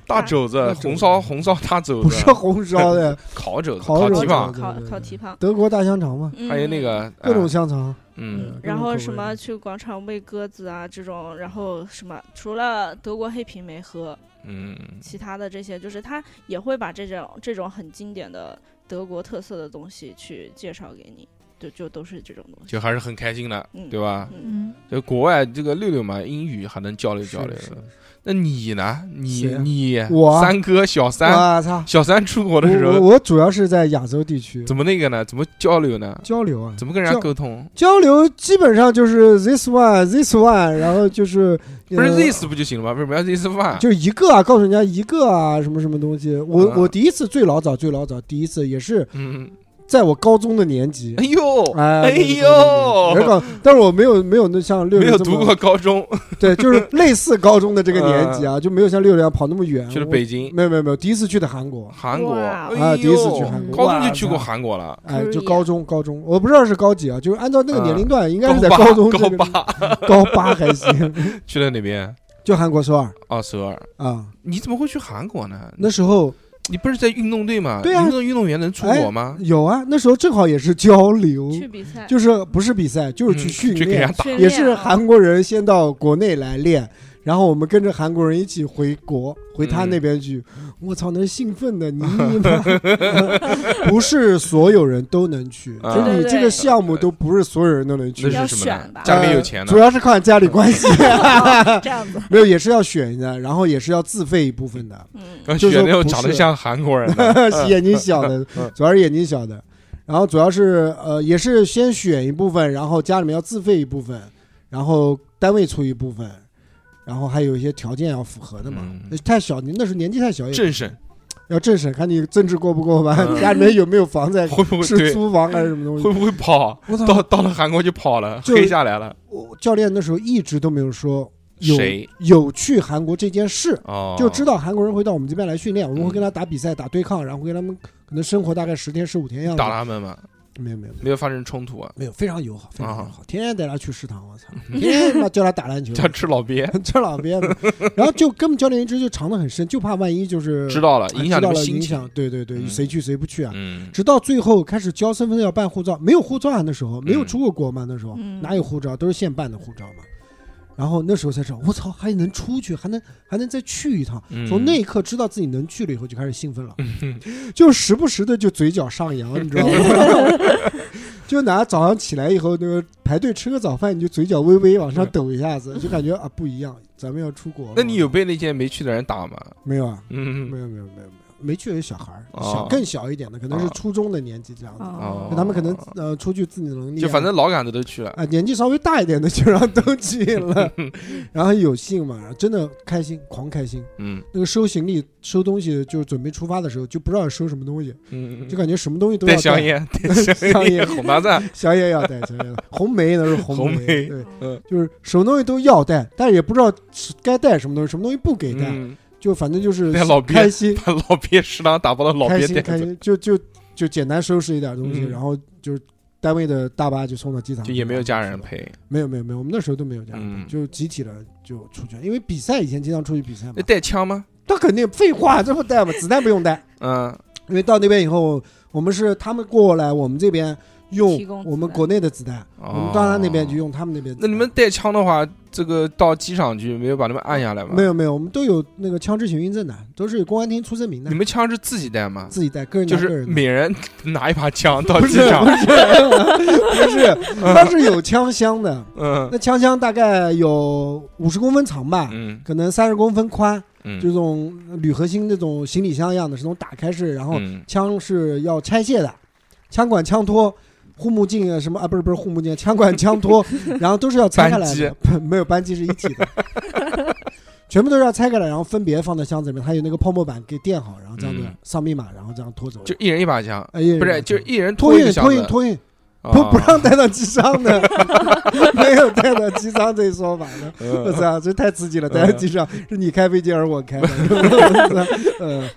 S2: 大肘子
S3: 大，肘子
S2: 红烧红烧大肘
S3: 不
S2: 子啊
S3: 是，红 烧的，
S2: 烤肘子，
S3: 烤
S2: 烤
S3: 肘
S2: 蹄
S3: 子
S2: 膀，
S5: 烤
S3: 对对对
S5: 烤蹄膀，
S3: 德国大香肠嘛，
S5: 嗯
S2: 还有那个
S3: 各种
S2: 呃
S3: 香肠。
S2: 嗯
S3: 嗯，各
S5: 然
S3: 种口
S5: 后
S3: 味
S5: 什
S3: 的
S5: 么去广场喂鸽子啊这种，然后什么除了德国黑啤没喝，
S2: 嗯，
S5: 其他的这些就是他也会把这种这种很经典的德国特色的东西去介绍给你，就就都是这种东西。
S2: 就还是很开心的，
S5: 嗯
S2: 对吧？
S5: 嗯，
S4: 嗯，
S2: 就国外这个六六嘛，英语还能交流交流
S3: 是。是
S2: 那你呢？你
S3: 谁啊
S2: 你
S3: 我啊
S2: 三哥小三
S3: 我操！
S2: 小三出国的时
S3: 我我
S2: 候
S3: 我主要是在亚洲地区
S2: 怎么那个呢？怎么交流呢？
S3: 交流啊，
S2: 怎么跟人家
S3: 交
S2: 沟通？
S3: 交流基本上就是 this one this one，然后就是
S2: 不是
S3: 呃
S2: this 不就行了吗？为什么要 this one？
S3: 就一个啊，告诉人家一个啊，什么什么东西。我
S2: 嗯
S3: 我第一次最老早最老早第一次也是
S2: 嗯，
S3: 在我高中的年级
S2: 哎。呦，
S3: 哎，
S2: 哎
S3: 别
S2: 呦，
S3: 搞，但是我没有没有那像六
S2: 没
S3: 六
S2: 有
S3: 这
S2: 读
S3: 么啊
S2: 过高中，
S3: 对，就是类似高中 的这个年级啊，就没有像六六一样跑那么远。
S2: 去了
S3: 我
S2: 北京、
S3: 没有没有没有，第一次去的韩国，
S2: 韩国，
S5: 哇哦
S2: 哎
S3: 啊
S2: 呦，
S3: 第一次去韩
S2: 高
S3: 国
S2: 中
S3: 哇
S2: 就去
S3: 塞
S2: 过韩国了，
S3: 哎，
S5: 可
S3: 就
S5: 以
S3: 高中高中，我不知道是高几啊，就是按照那个年龄段，应该是在
S2: 八
S3: 中这
S2: 呃高
S3: 个
S2: 八
S3: 高八还行，
S2: 去了哪边？
S3: 就韩国首尔
S2: 哦，首尔。
S3: 啊。
S2: 你怎么会去韩国呢？
S3: 那时候
S2: 你不是在运动队吗？
S3: 对啊
S2: 运动运动员能出国吗？
S3: 有啊，那时候正好也是交流，
S5: 去比赛
S3: 就是不是比赛，就是
S2: 嗯
S3: 去训
S2: 去给人
S3: 练
S2: 家，打
S5: 训
S3: 也
S5: 练
S3: 是
S5: 啊
S3: 韩国人先到国内来练。然后我们跟着韩国人一起回国，回他
S2: 嗯
S3: 那边去。我操，那是兴奋的，你妈不是所有人都能去，
S2: 啊
S3: 就你这
S5: 对对
S3: 个
S5: 对
S3: 项目都不是所有人都能去
S2: 那
S5: 要
S2: 是什
S3: 的。
S2: 么
S5: 选
S2: 呢
S5: 吧？
S2: 家里面有钱
S3: 呃
S2: 的
S3: 主，要是靠家里关系，
S5: 这样子，
S3: 没有也是要选的，然后也是要自费一部 分的。
S5: 嗯，
S2: 要
S3: 就
S2: 选
S3: 说
S2: 那种
S3: 不
S2: 长得
S3: 是
S2: 像韩国人 的。
S3: 眼睛小的，
S2: 嗯
S3: 主要是眼睛小的，然后主要是呃，也是先选一部分，然后家里面要自费一部分，然后单位出一部分，然后还有一些条件要符合的嘛。
S2: 嗯
S3: 那太小，您那时候年纪太小 也，
S2: 政审
S3: 要政审，看你政治过不过吧，
S2: 嗯
S3: 家里面有没有房在，
S2: 会不会
S3: 哎是
S2: 对？
S3: 租房还是什么东西
S2: 会。不会 跑？
S3: 我
S2: 到
S3: 操！
S2: 到了韩国就跑了，
S3: 就
S2: 黑下来了。
S3: 我教练那时候一直都没有说有
S2: 谁
S3: 有去韩国这件事，
S2: 哦，
S3: 就知道韩国人会到我们这边来训练，我们
S2: 嗯
S3: 会跟他打比赛、打对抗，然后会跟他们可能生活大概十天、十五天样子
S2: 打。他们嘛，
S3: 没有没有没有
S2: 没有发生冲突啊，
S3: 没有，非常友好，非常
S2: 啊
S3: 友好，天天带他去食堂，我啊操，
S2: 嗯
S3: 天天他妈教他打篮球，
S2: 叫吃老鳖，
S3: 这老 别的，然后就跟教练一直就藏得很深，就怕万一就是
S2: 知道了，
S3: 啊
S2: 影响
S3: 知
S2: 你
S3: 道
S2: 们
S3: 了
S2: 心
S3: 影
S2: 情。
S3: 响，对对对，
S2: 嗯
S3: 谁去谁不去啊？
S2: 嗯，
S3: 直到最后开始交身份证要办护照，没有护照啊，那时候没有出过国嘛，那时候
S5: 嗯
S3: 哪有护照，都是现办的护照嘛。然后那时候才知道，我操，还能出去，还能还能再去一趟。
S2: 嗯
S3: 从那一刻知道自己能去了以后，就开始兴奋了， 就时不时的就嘴角上扬，你知 道吗？ 就拿早上起来以后，那个排队吃个早饭，你就嘴角微微往上抖一下子，就感觉啊不一样，咱们要出国了。
S2: 嗯那你有被那些没去的人打吗？
S3: 没有啊？
S2: 嗯
S3: 没有没有没有没有，没去的小孩儿，
S2: 哦
S3: 小更小一点的，可能是
S2: 哦
S3: 初中的年纪这样子，
S2: 哦
S3: 就他们可能呃出去自己能力啊，
S2: 就反正老杆子都去了。
S3: 啊年纪稍微大一点的就让都去 了，然后有幸嘛，真的开心，狂开心。
S2: 嗯
S3: 那个收行李、收东西，就是准备出发的时候，就不知道要收什么东西，
S2: 嗯
S3: 就，感觉什么东西都要
S2: 带香， 烟，带
S3: 香
S2: 香
S3: 烟
S2: 烟，红大赞。
S3: 香烟要带，香烟要带红梅那是
S2: 红
S3: 梅，
S2: 梅
S3: 对，
S2: 嗯
S3: 就是什么东西都要带，但是也不知道是该带什么东西，什么东西不给带，
S2: 嗯，
S3: 就反正就是
S2: 带老鳖
S3: 开心，
S2: 把老鳖食堂打包的老
S3: 开
S2: 鳖
S3: 心，
S2: 带
S3: 开
S2: 走，
S3: 心，就就就简单收拾一点东西，
S2: 嗯
S3: 然后就是单位的大巴就送到机场，
S2: 就也没有家人，陪。
S3: 没有没有没有，我们那时候都没有家人陪，
S2: 嗯
S3: 就集体的就出去，因为比赛以前经常出去比赛嘛
S2: 那，带枪吗？
S3: 那肯定废话，这不带嘛，子弹不用带。
S2: 嗯，
S3: 因为到那边以后，我们是他们过来，我们这边用
S5: 提供子弹
S3: 我们国内的子弹，
S2: 哦
S3: 我们到他那边就用他们那边的子
S2: 那
S3: 弹。
S2: 你们带枪的话，这个到机场去没有把他们按下来吗？
S3: 没，有没有，我们都有那个枪支行运证的，都是公安厅出证明的
S2: 你，们枪是自己带吗？
S3: 自己带，个人
S2: 嗯就
S3: 拿个
S2: 是
S3: 人的。
S2: 每人 拿一把枪到
S3: 不
S2: 机
S3: 是
S2: 场
S3: 不，是 不是，它是有枪箱的，
S2: 嗯
S3: 那枪箱大概有五十公分长吧，
S2: 嗯
S3: 可能三十公分宽，
S2: 嗯，
S3: 就这种铝合金那种行李箱一样的，是那种打开式，然后
S2: 嗯
S3: 枪是要拆卸的，枪管、枪托、护目镜啊什么啊，不是不是护目镜，枪管、枪托， 然后都是要拆开来的，不 没有扳机是一体的， 全部都是要拆开来，然后分别放在箱子里面，还有那个泡沫板给垫好，然后这样子
S2: 嗯
S3: 上密码，然后这样拖走。
S2: 就一人一把枪，
S3: 哎呀，
S2: 不是，就一人
S3: 托
S2: 一
S3: 运
S2: 个箱
S3: 托运
S2: 子，啊
S3: 托运，不
S2: 不
S3: 不让带到机舱的， 没有带到机舱这一说法的。我操，这太刺激了！
S2: 嗯
S3: 带到机舱是你开飞机还是我开的？ 我操呃，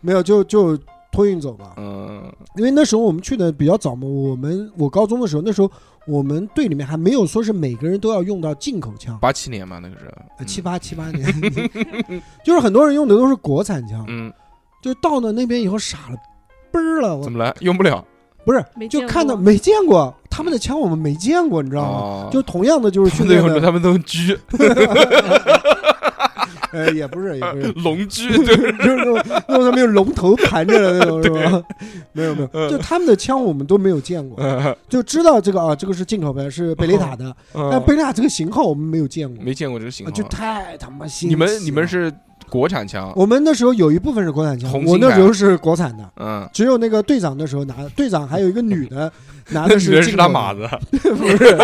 S3: 没有就就托运走吧。
S2: 嗯
S3: 因为那时候我们去的比较早嘛，我们我高中的时候，那时候我们队里面还没有说是每个人都要用到进口枪，
S2: 八七年嘛，那个是
S3: 呃
S2: 嗯
S3: 七八七八 年， 就是很多人用的都是国产枪，
S2: 嗯，
S3: 就到了那边以后傻了，嘣儿了，我
S2: 怎么了？用不了，
S3: 不是
S5: 没见
S3: 就
S5: 过
S3: 看到没见过他们的枪，我们没见过，你知道吗？
S2: 哦
S3: 就同样的就是
S2: 他
S3: 训
S2: 们
S3: 练
S2: 都
S3: 的，
S2: 他们都狙，
S3: 呃，也不是也不是
S2: 龙狙，对，
S3: 就是那种那种他们用龙头盘着的那种，是吧？ 没有没有，
S2: 嗯
S3: 就他们的枪我们都没有见过，
S2: 嗯
S3: 就知道这个啊，这个是进口牌，是贝雷塔的，但
S2: 嗯
S3: 贝雷塔这个型号我们没有见过，
S2: 没见过这个型
S3: 啊
S2: 号，
S3: 就太他妈新奇了。
S2: 你们你们是国产枪，
S3: 我们那时候有一部分是国产枪，
S2: 红
S3: 我
S2: 星
S3: 那
S2: 牌
S3: 时候是国产的，
S2: 嗯，
S3: 只有那个队长那时候拿，队长还有一个女 的拿
S2: 那
S3: 的
S2: 女人
S3: 进
S2: 是
S3: 口
S2: 他
S3: 的
S2: 马，子，
S3: 不是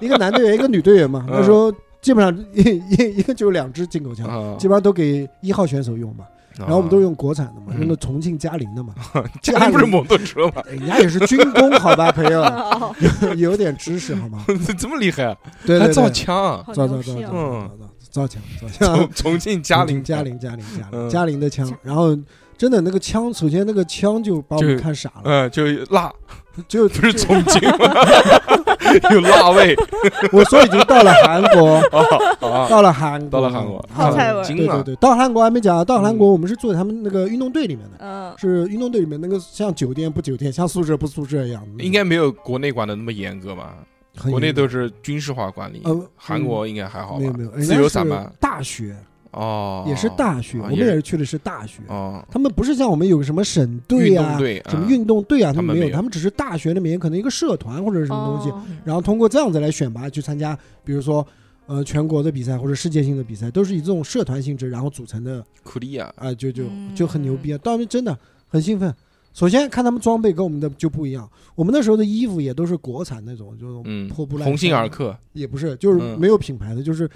S3: 一个男队员一个女队员嘛，
S2: 嗯
S3: 那时候基本上一一一个就有两支进口枪。
S2: 嗯
S3: 基本上都给一号选手用嘛，
S2: 然
S3: 然后我们都用国产的嘛，
S2: 嗯
S3: 用的重庆嘉陵 的嘛，
S2: 啊家里不是摩托车吗？
S3: 人家也是军工，好吧，朋友，
S5: 哦
S3: 有点知识 好吗？
S2: 这么厉害，啊
S3: 对
S2: 还
S3: 对对，
S2: 造 枪，
S5: 好
S3: 造
S5: 牛
S3: 造
S5: 逼
S3: 造
S5: 啊！
S3: 造
S2: 嗯
S3: 造造枪 造枪，
S2: 重重庆嘉陵
S3: 嘉陵嘉陵嘉陵
S2: 嗯
S3: 嘉陵的枪，然后真的那个枪，首先那个枪就把我们
S2: 就
S3: 看傻 了，
S2: 嗯，就辣，
S3: 就
S2: 不是重庆 吗？有辣味
S3: 我说已经到了韩国，
S2: 啊啊！
S3: 到了韩国，
S2: 到了韩国嗯
S3: 啊
S5: 泡菜味儿
S3: 对
S2: 惊
S3: 对
S2: 了
S3: 对对，到韩国还没讲啊，到韩国我们是住在他们那个运动队里面的，
S5: 嗯，
S3: 是运动队里面那个像酒店不酒店，像宿舍不宿舍一样，
S2: 应该没有国内管的那么严格吧？
S3: 很
S2: 国内
S3: 严格
S2: 都是军事化管理
S3: 呃，
S2: 韩国应该还好
S3: 没
S2: 吧
S3: 有没有，？人
S2: 自
S3: 家
S2: 由
S3: 是
S2: 散漫
S3: 大学
S2: 哦，
S3: 也是大学，
S2: 啊
S3: 我们
S2: 也
S3: 也是去的是大学，
S2: 哦，
S3: 他们不是像我们有个什么省队
S2: 运
S3: 啊
S2: 动。队
S3: 什么
S2: 啊
S3: 运动队啊？
S2: 他
S3: 他
S2: 们
S3: 们没
S2: 没有
S3: 有，他们只是大学里面可能一个社团或者是什么东西，
S4: 哦
S3: 然后通过这样子来选拔去参加，比如说呃全国的比赛或者世界性的比赛，都是以这种社团性质然后组成的
S2: 库利亚，
S3: 啊、就就
S5: 嗯
S3: 就很牛逼啊！当时真的很兴奋。首先看他们装备跟我们的就不一样，我们那时候的衣服也都是国产那种，就是
S2: 嗯，
S3: 破布烂衫
S2: 鸿星尔克，
S3: 也不是，就是
S2: 嗯
S3: 没有品牌的，就是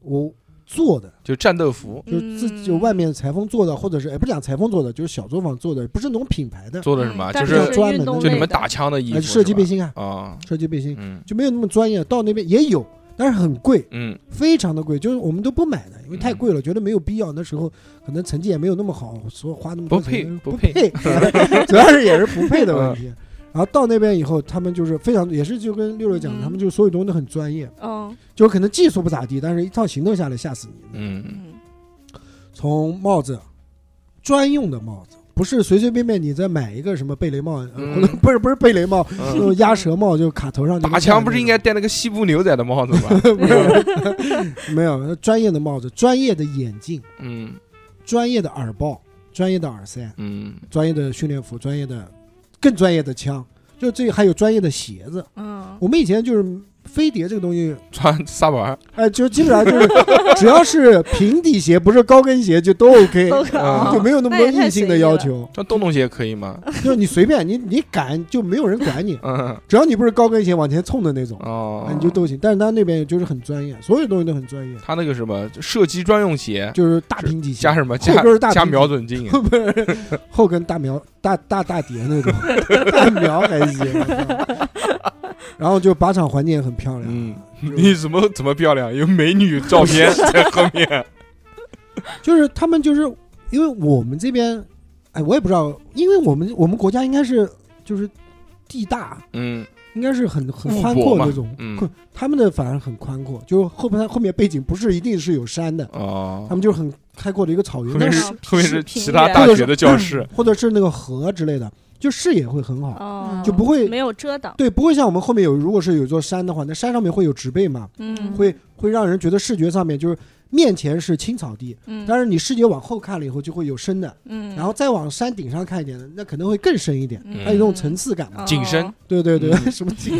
S3: 我。做的，
S2: 就战斗服
S3: 就是自就外面裁缝做的，或者是哎也不讲裁缝做的，就是小作坊做的，不是那种品牌的，
S5: 嗯
S2: 做的什么啊，
S4: 但
S2: 就是是
S3: 专门
S4: 运
S3: 的
S4: 动
S2: 就你们
S4: 类的
S2: 打枪的衣服
S3: 呃
S2: 是吧，
S3: 设计背心啊，
S2: 啊，
S3: 设计背心
S2: 嗯
S3: 就没有那么专业。到那边也有，但是很贵，
S2: 嗯
S3: 非常的贵，就是我们都不买的，因为太
S2: 嗯
S3: 贵了，觉得没有必要。那时候可能成绩也没有那么好，所以花那么多
S2: 不配
S3: 钱
S2: 不
S3: 不
S2: 配
S3: 配， 主要是也是不配的问题。然后到那边以后，他们就是非常，也是就跟六六讲的，
S4: 嗯
S3: 他们就所有东西都很专业，
S5: 嗯
S3: 就可能技术不咋地，但是一套行动下来吓死你。
S2: 嗯，
S5: 嗯
S3: 从帽子，专用的帽子，不是随随便便你再买一个什么贝雷帽，呃
S2: 嗯
S3: 或者不是不是贝雷 帽，那
S2: 嗯
S3: 种鸭舌帽就卡头上就能戴那种。
S2: 打枪不是应该戴那个西部牛仔的帽子吗？
S3: 没有 没有专业的帽子、专业的眼镜、
S2: 嗯
S3: 专业的耳包、专业的耳塞、
S2: 嗯，
S3: 专业的训练服、专业的更专业的枪，就这还有专业的鞋子。
S5: 嗯
S3: 我们以前就是飞碟这个东西，
S2: 穿撒板 儿，
S3: 哎、就基本上就是 只要是平底鞋，不是高跟鞋就都 OK，
S5: 都可
S2: 啊
S3: 就没有那么多硬性的要求，
S2: 穿洞洞鞋可以吗？，
S3: 就是你随便你你敢就没有人管你
S2: 嗯
S3: 只要你不是高跟鞋往前冲的那种，
S2: 哦
S3: 哎，你就都行。但是他那边就是很专业，所有东西都很专业，
S2: 他那个什么射击专用鞋，
S3: 就是大平底鞋
S2: 加。什么
S3: 后
S2: 加
S3: 跟儿大
S2: 加
S3: 平
S2: 瞄准 镜啊
S3: 不是后跟大苗大大大碟那种， 大苗还行。然后就靶场环境也很漂亮，
S2: 嗯你怎么怎么漂亮？有美女照片在后面。
S3: 就是他们就是因为我们这边，哎，我也不知道，因为我们我们国家应该是就是地大，
S2: 嗯，
S3: 应该是很很
S2: 物
S3: 宽
S2: 博
S3: 阔
S2: 嘛
S3: 那种，
S2: 嗯
S3: 宽他们的反而很宽阔，就后面后面背景不是一定是有山的，
S2: 哦
S3: 他，们就是很开阔的一个草原，
S2: 后
S3: 但
S2: 面
S3: 是
S2: 是
S5: 那
S2: 后面是
S5: 平
S2: 其他
S5: 原
S2: 大
S3: 或者
S2: 学
S3: 是
S2: 的教室，
S3: 或者是那个河之类的，就视野会很好，
S5: 哦，
S3: 嗯就不会
S5: 没有遮挡，
S3: 对，不会像我们后面有，如果是有座山的话，那山上面会有植被嘛，
S5: 嗯
S3: 会会让人觉得视觉上面就是面前是青草地，
S5: 嗯
S3: 但是你视觉往后看了以后就会有深的，
S5: 嗯，
S3: 然后再往山顶上看一点的，那可能会更深一点，
S5: 嗯
S3: 还有一种层次感嘛。
S5: 哦
S2: 紧身
S3: 对对对，
S2: 嗯
S3: 什么景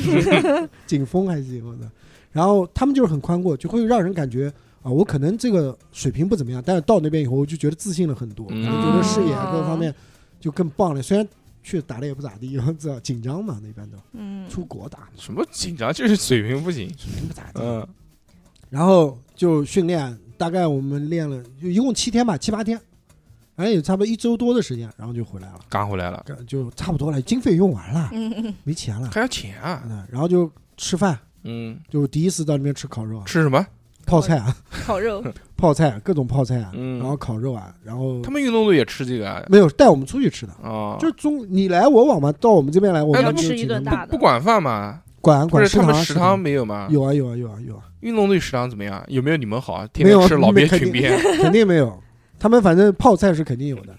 S3: 景峰还行，我操。然后他们就是很宽阔，就会让人感觉啊，我可能这个水平不怎么样，但是到那边以后，我就觉得自信了很多，
S2: 嗯
S3: 我就觉得视野啊
S5: 哦
S3: 各方面就更棒了。虽然去打的也不咋地， 我知道紧张嘛，那边都
S5: 嗯
S3: 出国打，
S2: 什么紧张就是水平不行。
S3: 水平不咋地。
S2: 嗯
S3: 然后就训练，大概我们练了就一共七天吧，七八天，反正也差不多一周多的时间，然后就回来了，
S2: 赶回来了，
S3: 干就差不多了，经费用完了，
S5: 嗯
S3: 没钱了，
S2: 还要钱啊？
S3: 嗯然后就吃饭，
S2: 嗯，
S3: 就第一次到那边吃烤肉啊，
S2: 吃什么？
S3: 泡菜啊，
S5: 嗯烤肉，
S3: 泡菜啊各种泡菜啊，
S2: 嗯
S3: 然后烤肉啊，然后
S2: 他们运动队也吃这个啊？
S3: 没有带我们出去吃的。
S2: 哦，
S3: 就是中你来我往嘛，到我们这边来，我
S2: 哎
S3: 们
S2: 那
S3: 就
S5: 吃
S3: 请
S5: 一顿
S3: 他们
S5: 大的
S2: 不管饭吗？
S3: 管
S2: 不
S3: 管
S2: 是
S3: 食
S2: 他
S3: 堂
S2: 们
S3: 啊
S2: 食堂没有吗？
S3: 有啊有啊有啊有啊，
S2: 运动队食堂怎么样？有没有你们好啊？天
S3: 没有
S2: 天吃老鳖
S3: 肯
S2: 裙
S3: 定
S2: 边，
S3: 肯定没有。他们反正泡菜是肯定有 的，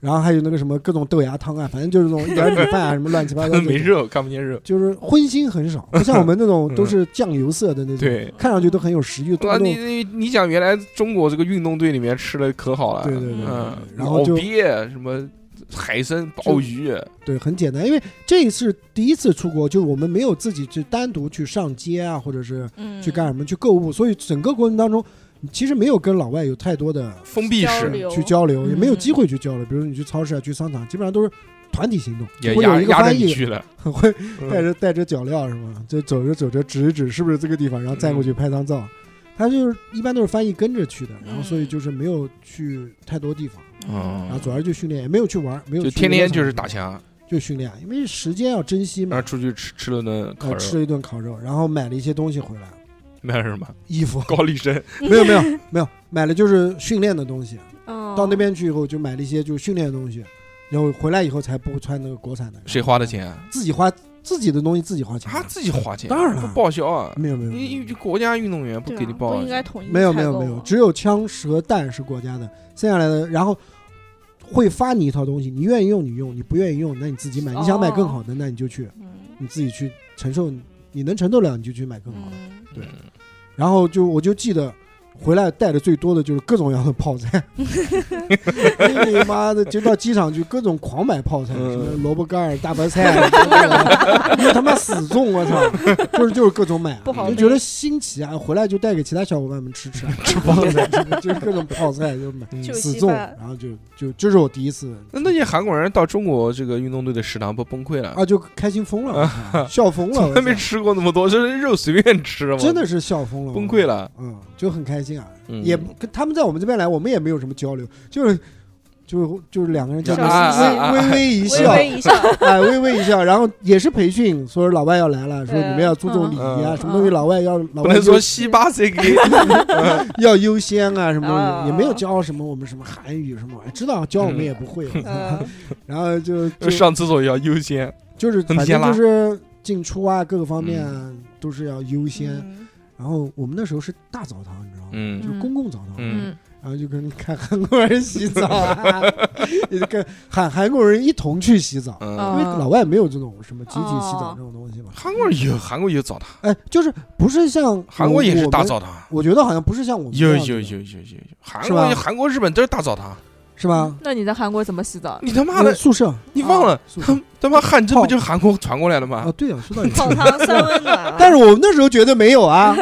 S3: 然后还有那个什么各种豆芽汤啊，反正就是那种一点米饭啊，什么乱七八糟
S2: 没
S3: 这种，
S2: 肉，看不见肉。
S3: 就是荤腥很少，不像我们那种都是酱油色的那种，
S2: 对，
S3: 看上去都很有食欲，动
S2: 啊，
S3: 不
S2: 你
S3: 动
S2: 你你讲原来中国这个运动队里面吃的可好了，
S3: 对对对对
S2: 嗯，
S3: 然后就
S2: 老鳖什么海参、鲍鱼，
S3: 对很简单。因为这一次第一次出国，就是我们没有自己去单独去上街啊，或者是
S5: 嗯，
S3: 去干什么去购物，所以整个过程当中其实没有跟老外有太多的
S2: 封闭
S5: 交
S2: 式
S5: 流
S3: 去交流，也没有
S5: 嗯
S3: 机会去交流。比如你去超市啊，去商场，基本上都是团体行动，
S2: 也
S3: 会有
S2: 压
S3: 一个
S2: 压着
S3: 翻
S2: 你
S3: 译
S2: 去了，
S3: 很会
S2: 嗯
S3: 带着带着脚镣是吗？就走着走着指一指是不是这个地方，然后再过去拍张照。
S2: 嗯
S3: 他就是一般都是翻译跟着去的，然后所以就是没有去太多地方，
S2: 嗯
S3: 然后主要是就训练，也没有去玩，没有
S2: 就
S3: 去
S2: 天
S3: 游
S2: 天
S3: 乐场
S2: 就是
S3: 什么
S2: 打
S3: 的
S2: 枪，
S3: 就训练，因为时间要珍惜
S2: 然后
S3: 嘛。
S2: 出去吃吃了顿烤
S3: 呃，吃
S2: 肉，
S3: 了一顿烤肉，然后买了一些东西回来，
S2: 那是什么
S3: 衣服
S2: 高丽参，
S3: 没有没有没有，买了就是训练的东西。
S5: 嗯，
S3: 到那边去以后就买了一些就训练的东西，然后回来以后才不穿那个国产的。
S2: 谁花的钱啊？
S3: 自己花自己的东西自己花钱。
S2: 他自己花钱，
S3: 当然了嗯
S2: 不报销啊！
S3: 没有没有
S2: 你
S3: 没
S2: 你国家运动员不
S5: 对啊
S2: 给你报
S5: 不
S2: 啊，
S5: 应该统一
S3: 有没
S5: 采
S3: 有
S5: 购
S3: 没有，
S5: 吗
S3: 只有枪和弹是国家的，剩下来的然后会发你一套东西，你愿意用你用，你不愿意用那你自
S5: 哦
S3: 己买，你想买更好的那你就去
S5: 嗯
S3: 你自己去承受，你能承受了你就去买更好的。
S5: 嗯
S3: 对然后就我就记得。回来带的最多的就是各种各样的泡 菜，你妈的就到机场去各种狂买泡菜，
S2: 嗯
S3: 什么萝卜干儿、大白菜 啊，因为他妈死种，我操，就是就是各种买啊，
S5: 不好
S3: 就觉得新奇啊，回来就带给其他小伙伴们吃吃啊，吃泡菜，就是各种泡菜就买
S2: 嗯
S5: 就
S3: 死
S5: 稀
S3: 种，
S5: 饭
S3: 然后就就这是我第一次
S2: 那那些韩国人到中国这个运动队的食堂不崩溃了？
S3: 啊，就开心疯了，我操笑疯了，
S2: 啊从
S3: 我
S2: 来没
S3: 操
S2: 吃过那么多，这肉随便吃，我
S3: 真的是笑疯了，
S2: 崩溃了。
S3: 嗯，就很开兴啊，
S2: 嗯
S3: 也不跟他们在我们这边来，我们也没有什么交流，就是就是就是两个人就
S5: 啊啊
S2: 啊啊
S3: 微微微一
S5: 微
S3: 笑，
S5: 微一笑，
S3: 哎，微微一笑，然后也是培训，说老外要来了，说你
S5: 对
S3: 们要注重礼仪啊，
S4: 嗯
S3: 什么东西老外要老
S2: 不
S3: 外
S2: 能说
S3: 优
S2: 西巴 C K，
S3: 要优先啊，什么东
S5: 啊
S3: 西也没有教什么我们什么韩语什么玩意儿，知道教我们也不会，啊
S5: 嗯，
S3: 然后就就
S2: 上厕所也要优先。
S3: 就是
S2: 很嗯
S3: 反
S2: 天
S3: 正
S2: 啦
S3: 就是进出啊各个方面啊都是要优先。
S5: 嗯，
S3: 然后我们那时候是大澡堂，你知道吗？
S2: 嗯
S3: 就是公共澡堂，
S2: 嗯
S4: 嗯，
S3: 然后就跟看韩国人洗 澡啊，也就跟喊韩国人一同去洗澡，因
S2: 嗯，
S4: 哦
S3: 为老外没有这种什么集体洗
S4: 哦
S3: 澡这种东西嘛。
S2: 韩国有韩国有澡堂，
S3: 哎，就是不是像
S2: 韩国也是大
S3: 我们，
S2: 澡堂，
S3: 我觉得好像不是像我们这
S2: 有
S3: 样
S2: 有
S3: 子的
S2: 有有有有，韩
S3: 是
S2: 国
S3: 吧
S2: 韩国日本都是大澡 堂。
S3: 是吧？
S4: 那你在韩国怎么洗澡？
S2: 你他妈的，
S3: 宿舍
S2: 你忘了
S3: 宿
S2: 他
S3: 舍
S2: 他妈汗蒸不就是韩国传过来的吗
S3: 啊，？对啊，说到底
S5: 澡堂三 温暖，
S3: 但是我那时候觉得没有啊，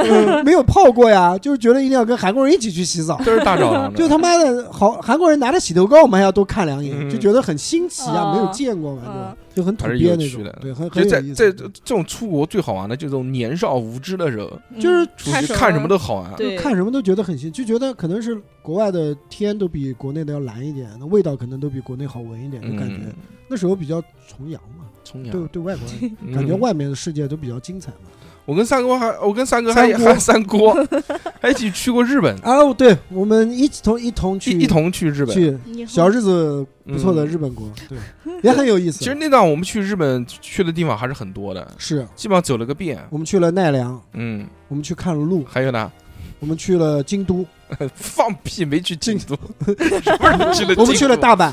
S3: 没有泡过呀，就是觉得一定要跟韩国人一起去洗澡。
S2: 都是大澡堂的，
S3: 就他妈的好，韩国人拿着洗头膏，我们还要多看两眼，
S2: 嗯
S3: 就觉得很新奇啊，
S4: 哦
S3: 没有见过嘛，对吧？就很土
S2: 还是有
S3: 鳖那
S2: 趣
S3: 种
S2: 的，
S3: 对，很
S2: 就
S3: 很有
S2: 在
S3: 意
S2: 在
S3: 思。
S2: 这种出国最好玩的，就这种年少无知的时候，
S5: 嗯
S3: 就是
S2: 出
S5: 看
S2: 去
S5: 什么
S2: 看什么都好玩。
S5: 对
S3: 看什么都觉得很新，就觉得可能是国外的天都比国内的要蓝一点，那味道可能都比国内好闻一点，就感觉
S2: 嗯，
S3: 那时候比较崇洋嘛，
S2: 冲
S3: 对
S2: 阳，
S3: 对外国人
S2: 嗯
S3: 感觉外面的世界都比较精彩嘛。
S2: 我跟三哥还，我跟三哥还
S3: 三哥
S2: 还 三哥，还一起去过日本，
S3: 啊，对，我们一起同一同去
S2: 嗯一一同去日本。
S3: 去
S5: 你
S3: 小日子不错
S2: 嗯
S3: 的日本国，对，也很有意思。
S2: 其实那趟我们去日本去的地方还是很多的，
S3: 是
S2: 基本上走了个遍。
S3: 我们去了奈良，
S2: 嗯，
S3: 我们去看了鹿，
S2: 还有呢，
S3: 我们去了京都，
S2: 放屁没去京 都，什么时候去了？
S3: 我们去了，大阪，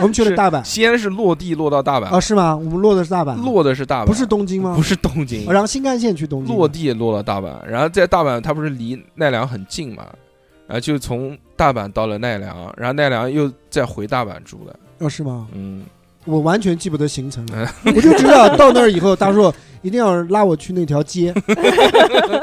S3: 我们去了大阪
S2: 先是落地落到大阪，
S3: 啊，是吗？我们落的是大阪，
S2: 落的是大阪，
S3: 不是东京吗
S2: 不？是东京
S3: 啊，然后新干线去东京，
S2: 落地落了大阪，然后在大阪，它不是离奈良很近嘛，然后就从大阪到了奈良，然后奈良又再回大阪住了。
S3: 啊，是吗？
S2: 嗯，
S3: 我完全记不得行程 了，我就知道到那儿以后，大叔一定要拉我去那条街，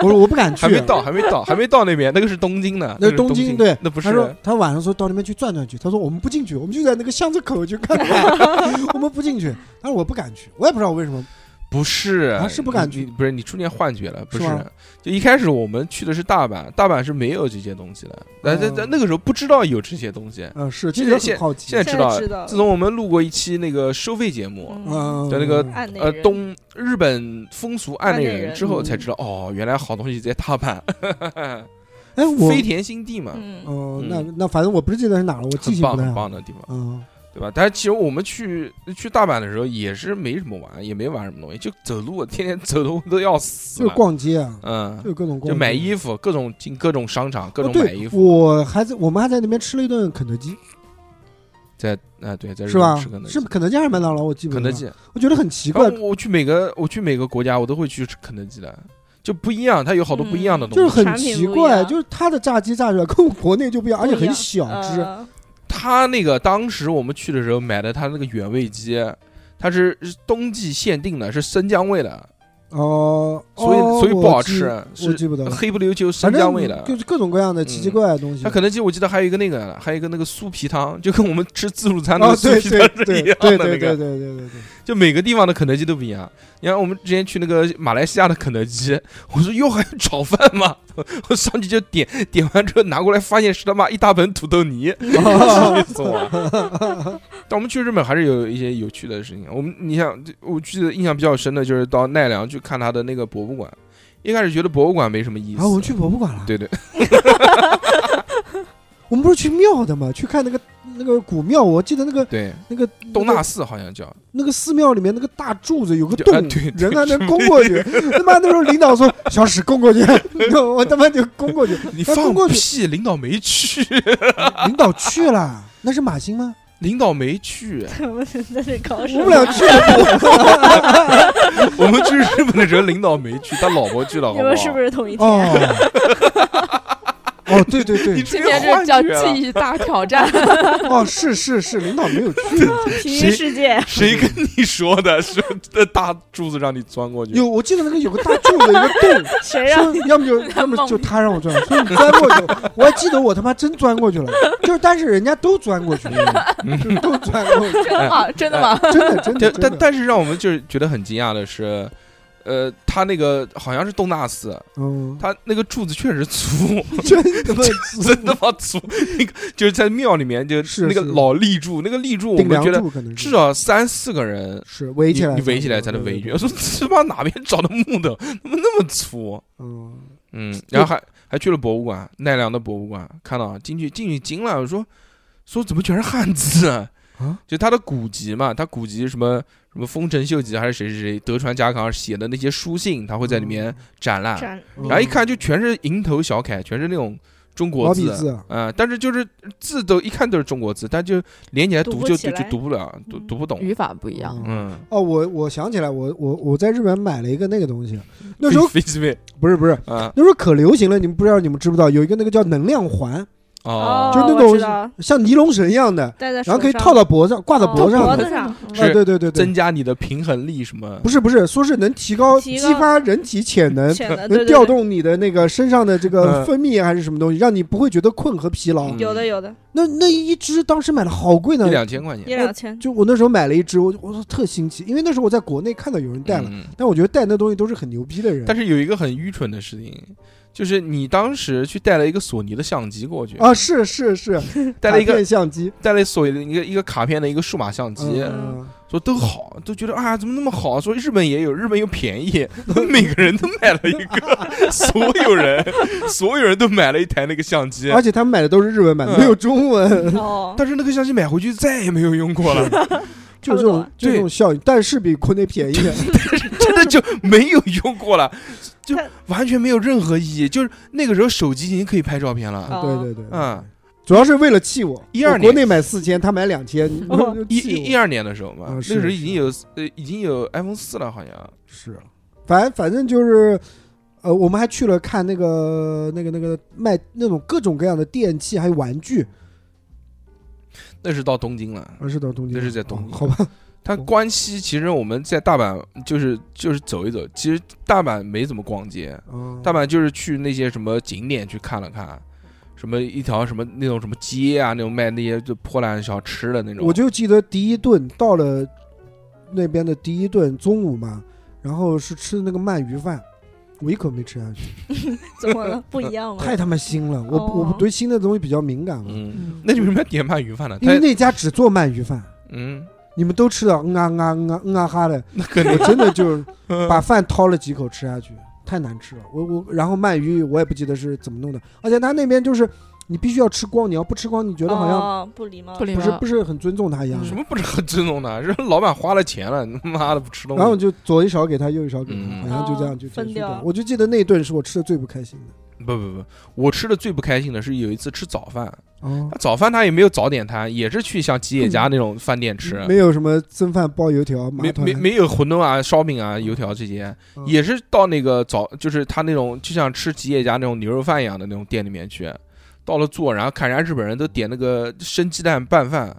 S3: 我说我不敢去
S2: 还，没到，还没到，还没到那边，那个是东京呢，
S3: 那
S2: 是
S3: 是
S2: 东
S3: 东京对
S2: 那不
S3: 他说
S2: 是。
S3: 他晚上说到那边去转转去，他说我们不进去，我们就在那个巷子口去 看看，我们不进去。他说我不敢去，我也不知道我为什么。
S2: 不是，
S3: 啊是不敢去
S2: 你你不是你出现幻觉了，不是
S3: 是吗
S2: 就一开始我们去的是大阪，大阪是没有这些东西的，但在
S3: 哦
S2: 在那个时候不知道有这些东西，
S3: 嗯、是，其实
S2: 现
S3: 很好奇。
S2: 现在知道了
S5: 现在知道。了
S2: 自从我们录过一期那个收费节目，
S3: 嗯，
S2: 在那个
S5: 暗内
S2: 呃，
S5: 人
S2: 东日本风俗案内
S5: 案内
S2: 人
S5: 人
S2: 之后
S3: 嗯
S2: 才知道，哦，原来好东西在大阪，
S3: 哎， 我
S2: 飞田新地嘛，
S5: 嗯，
S3: 哦、
S2: 嗯
S3: 那那反正我不是记得是哪儿了，我记
S2: 很
S3: 性
S2: 棒
S3: 不太
S2: 很
S3: 好。
S2: 棒的地方，
S3: 嗯，
S2: 对吧？但是其实我们去去大阪的时候也是没什么玩，也没玩什么东西，就走路，天天走路都要死
S3: 就是
S2: 了，
S3: 逛街啊，
S2: 嗯，
S3: 就各种逛街，
S2: 就买衣服，各种进各种商场，各种
S3: 哦对
S2: 买衣服，
S3: 我还在我们还在那边吃了一顿肯德基，
S2: 在啊对，在日
S3: 是
S2: 本
S3: 吧
S2: 吃肯德？基
S3: 是，肯德基还是麦当劳？我记不
S2: 肯
S3: 得
S2: 德
S3: 了。
S2: 基。
S3: 我觉得很奇
S2: 然
S3: 怪
S2: 后，我去每个我去每个国家，我都会去吃肯德基的，就不一样，它有好多不一样的东
S3: 嗯就是
S2: 西。
S3: 很
S5: 产品
S3: 奇
S5: 不一
S3: 怪，
S5: 样
S3: 就是它的炸鸡炸出来跟我国内就不一样，而且
S5: 不
S3: 很
S5: 一样
S3: 小只。
S5: 呃
S2: 他那个当时我们去的时候买的他那个原味鸡，它是是冬季限定的，是生姜味的，
S5: 呃
S3: 哦，
S2: 所以、
S3: 哦
S2: 所以不好
S3: 我记
S2: 吃，啊
S3: 我记
S2: 是
S3: 不得了，
S2: 黑不溜秋
S3: 反
S2: 生姜味
S3: 正
S2: 的嗯
S3: 就。是各种各样的奇奇怪怪的东西。
S2: 他肯德基我记得还有一个那个，还有一个那个酥皮汤，就跟我们吃自助餐那
S3: 哦
S2: 个，酥
S3: 对
S2: 皮
S3: 对
S2: 汤是
S3: 对对
S2: 一样
S3: 对对
S2: 的那
S3: 对对
S2: 个，
S3: 对对对，
S2: 就每个地方的肯德基都不一样。你看我们之前去那个马来西亚的肯德基， 我说哟还有炒饭吗？ 我上去就点，点完之后拿过来发现是他妈一大盆土豆 泥，气死我！了。啊但我们去日本还是有一些有趣的事情。我们你想，这我记得印象比较深的就是到奈良去看他的那个博物馆，一开始觉得博物馆没什么意思。
S3: 啊然后我们去博物馆了，
S2: 对对，
S3: 我们不是去庙的嘛，去看那个那个古庙，我记得那个
S2: 对，
S3: 那个
S2: 东
S3: 那
S2: 大
S3: 个
S2: 寺好像叫，
S3: 那个寺庙里面那个大柱子有个
S2: 就
S3: 洞
S2: 啊对，对
S3: 人还能攻过 去。他妈那时候领导说小史攻过去， 我他妈就攻 哎过去，
S2: 你
S3: 那
S2: 放
S3: 中国就
S2: 屁，领导没去，
S3: 领导去了，那是马新吗？
S2: 领导没去。
S5: 我们在这搞什
S3: 我
S5: 么？
S3: 们俩去 了，
S2: 我们去日本的时候，领导没去，他老婆去了，好
S5: 你
S2: 不好？
S5: 们是不是同一天？
S3: 哦。哦，对对对
S2: 你，直
S4: 今
S2: 接
S4: 天这
S2: 换
S4: 叫
S2: 去了
S4: 记忆大挑战，
S3: 哦，是是是，领导没有去。
S5: 平行世界，
S2: 谁跟你说的？是这大柱子让你钻过去？
S3: 有，我记得那个有个大柱子，有个洞，
S5: 谁啊让
S3: 说要么就 要么就他让我钻，说你钻过去，我还记得我他妈真钻过去了，就是但是人家都钻过去了，就是都钻过去，
S4: 啊真的吗？真的吗？
S3: 真的真
S2: 嗯但
S3: 的真
S2: 但
S3: 的，
S2: 但是让我们就是觉得很惊讶的是，呃，他那个好像是东大寺，
S3: 嗯，
S2: 他那个柱子确实粗，
S3: 真他妈
S2: 真他妈粗。 那个就是在庙里面，就是那个
S3: 是
S2: 老立柱，那个立柱，我
S3: 顶
S2: 们
S3: 梁
S2: 觉得
S3: 柱可能
S2: 至
S3: 是
S2: 少三四个人，
S3: 是围起来，
S2: 你你围起来才能围
S3: 对
S2: 一。我说这他妈哪边找的木头，怎么那么粗？
S3: 嗯，
S2: 嗯，然后还还去了博物馆，奈良的博物馆，看到进去进去惊了，我说说怎么全是汉字啊？
S3: 啊
S2: 就他的古籍嘛，他古籍什么什么丰臣秀吉还是谁谁谁德川家康写的那些书信，他会在里
S3: 哦
S2: 面展览，
S5: 展
S3: 嗯
S2: 然后一看就全是蝇头小楷，全是那种中国
S3: 毛笔
S2: 字，
S3: 字啊，
S2: 啊、但是就是字都一看都是中国字，但就连起来
S5: 读
S2: 读
S5: 不
S2: 就
S5: 起
S2: 就就
S5: 来
S2: 读不了，读
S5: 嗯
S2: 读不懂，
S4: 语法不一样。
S3: 嗯
S2: 嗯，
S3: 哦，我我想起来，我我我在日本买了一个那个东西，那时候
S2: 飞机杯
S3: 不是不是，
S2: 啊
S3: 那时候可流行了，你们不知道你们知不知道？有一个那个叫能量环，
S2: 哦，
S3: 就是那
S5: 我
S3: 种
S5: 知道
S3: 像尼龙绳一样的，
S5: 戴在手
S3: 然后可以
S5: 上
S3: 套到脖子，挂到
S4: 哦
S3: 脖
S4: 上
S5: 脖
S3: 上
S5: 子
S3: 的。
S5: 上，
S2: 是
S3: 哎，对对对对
S2: 增，加你的平衡力什么？
S3: 不是不是，说是能提高、
S5: 提
S3: 激
S5: 高
S3: 发人体潜能，
S5: 浅的，
S3: 能
S5: 对对
S3: 嗯调
S5: 对，
S3: 动你的那个身上的这
S2: 嗯
S3: 个分泌啊还是什么东西，让你不会觉得困和疲劳
S2: 嗯。
S5: 有的有的，
S3: 那那一只当时买的好贵呢
S2: 一，两千块钱
S5: 一两千，
S3: 就我那时候买了一只，我我说特新奇，因为那时候我在国内看到有人戴了，
S2: 嗯
S3: 但我觉得戴那东西都是很牛逼的人。
S2: 但是有一个很愚蠢的事情，就是你当时去带了一个索尼的相机过去，
S3: 啊，是是 是，
S2: 带了一
S3: 卡
S2: 个
S3: 片相机，
S2: 带了索尼一个一个卡片的一个数码相机，
S3: 嗯，
S2: 说都好，都觉得啊怎么那么好？说日本也有，日本又便 宜，每个人都买了一 个，所有人所有人都买了一台那个相机
S3: 嗯，而且他们买的都是日文版的，
S2: 嗯
S3: 没有中文，
S5: 哦，
S2: 但是那个相机买回去再也没有用过 了，
S3: 就这
S5: 差不多
S3: 种
S5: 了
S3: 就这种效应，但是比国内便宜。
S2: 真的就没有用过 了，就
S5: 但
S2: 完全没有任何意义。就是那个时候手机已经可以拍照片了，
S5: 哦
S3: 对对对，
S2: 嗯，
S3: 主要是为了气我，
S2: 12
S3: 我国内买四千，他买两千，你
S5: 哦
S2: 一一一
S3: 二
S2: 二年的时候嘛，
S3: 啊
S2: 那个
S3: 是
S2: 时候已经有呃已经有 iPhone 四了，好像
S3: 是，啊反反正就是。呃，我们还去了看那个、那个、那个卖那种各种各样的电器，还有玩具，啊
S2: 那是到东京了。
S3: 而是到东京，
S2: 那是在东京
S3: 哦好吧？
S2: 它关西其实我们在大阪就是就是走一走，其实大阪没怎么逛街，
S3: 嗯
S2: 大阪就是去那些什么景点去看了看，什么一条什么那种什么街啊，那种卖那些就破烂小吃的那种。
S3: 我就记得第一顿到了那边的第一顿中午嘛，然后是吃的那个鳗鱼饭，我一口没吃下去，
S5: 怎么了？不一样吗？
S3: 太他妈腥了！我、
S5: 哦
S3: 我对腥的东西比较敏感嘛，
S2: 嗯，
S4: 嗯
S2: 那你为什么要点鳗鱼饭呢？
S3: 因为
S2: 它
S3: 那家只做鳗鱼饭，
S2: 嗯，
S3: 你们都吃到嗯啊嗯啊嗯啊嗯啊哈的，
S2: 那肯定
S3: 我真的就是 把
S2: 嗯
S3: 饭掏了几口吃下去，太难吃了。我我然后鳗鱼我也不记得是怎么弄的，而且他那边就是你必须要吃光，你要不吃光，你觉得好像
S5: 哦不礼貌，
S4: 不礼
S3: 不是
S4: 貌
S3: 不，是很尊重他一样
S4: 嗯。
S2: 什么不是很 尊重的？是老板花了钱了，他妈的不吃东西。
S3: 然后就左一勺给他，右一勺给他，
S2: 嗯
S3: 好像就这样
S5: 哦
S3: 就结
S5: 分
S3: 束
S5: 掉
S3: 掉了。我就记得那一顿是我吃的最不开心的。
S2: 不不不，我吃的最不开心的是有一次吃早饭，
S3: 哦，
S2: 早饭他也没有早点摊，也是去像吉野家那种饭店吃，
S3: 嗯没有什么蒸饭、包油条、麻
S2: 啊没
S3: 团，
S2: 没没有馄饨啊、烧饼啊、油条这些，
S3: 嗯
S2: 也是到那个早，就是他那种就像吃吉野家那种牛肉饭一样的那种店里面去。到了坐，然后看人家日本人都点那个生鸡蛋拌饭，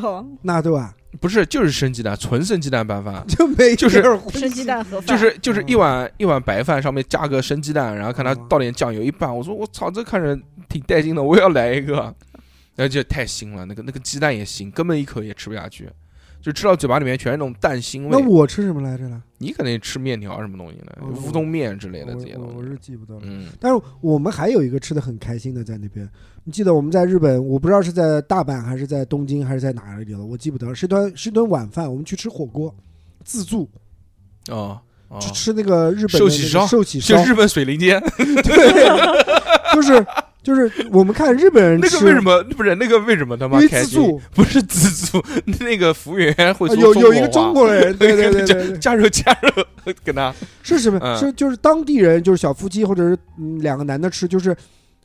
S5: 哦，
S3: 纳豆啊，，
S2: 不是就是生鸡蛋，纯生鸡蛋拌饭
S3: 就没
S2: 就是
S5: 生鸡蛋盒饭，
S2: 就是就是一
S3: 嗯
S2: 碗一碗白饭上面加个生鸡蛋，然后看他
S3: 嗯
S2: 倒点酱油一拌，我说我操，这看着挺带劲的，我也要来一 个，然后就太腥了，那个那个鸡蛋也腥，根本一口也吃不下去，就吃到嘴巴里面全是那种蛋腥
S3: 那
S2: 味。
S3: 我吃什么来着呢？
S2: 你肯定吃面条什么东西的，
S3: 嗯
S2: 乌冬面之类的这些
S3: 我我
S2: 东
S3: 我
S2: 西。
S3: 是记不得了。
S2: 嗯，
S3: 但是我们还有一个吃的很开心的在那边，你记得我们在日本，我不知道是在大阪还是在东京还是在哪里了，我记不得了，是一顿是一顿晚饭，我们去吃火锅，自助
S2: 哦，哦
S3: 去吃那个日本的
S2: 寿喜
S3: 那个
S2: 烧
S3: 寿喜烧
S2: 就，日本水灵间，
S3: 对， 就是就是我们看日本人
S2: 那
S3: 吃
S2: 个为什么不是那个为什么他妈
S3: 因为
S2: 开
S3: 自
S2: 心？
S3: 助
S2: 不是自助， 那个服务员会
S3: 啊
S2: 说
S3: 有有一个
S2: 话
S3: 中国人，对对对
S2: 就
S3: 对对，
S2: 加热加热， 跟他
S3: 是什么？
S2: 嗯
S3: 是就是当地人，就是小夫妻或者是嗯两个男的吃，就是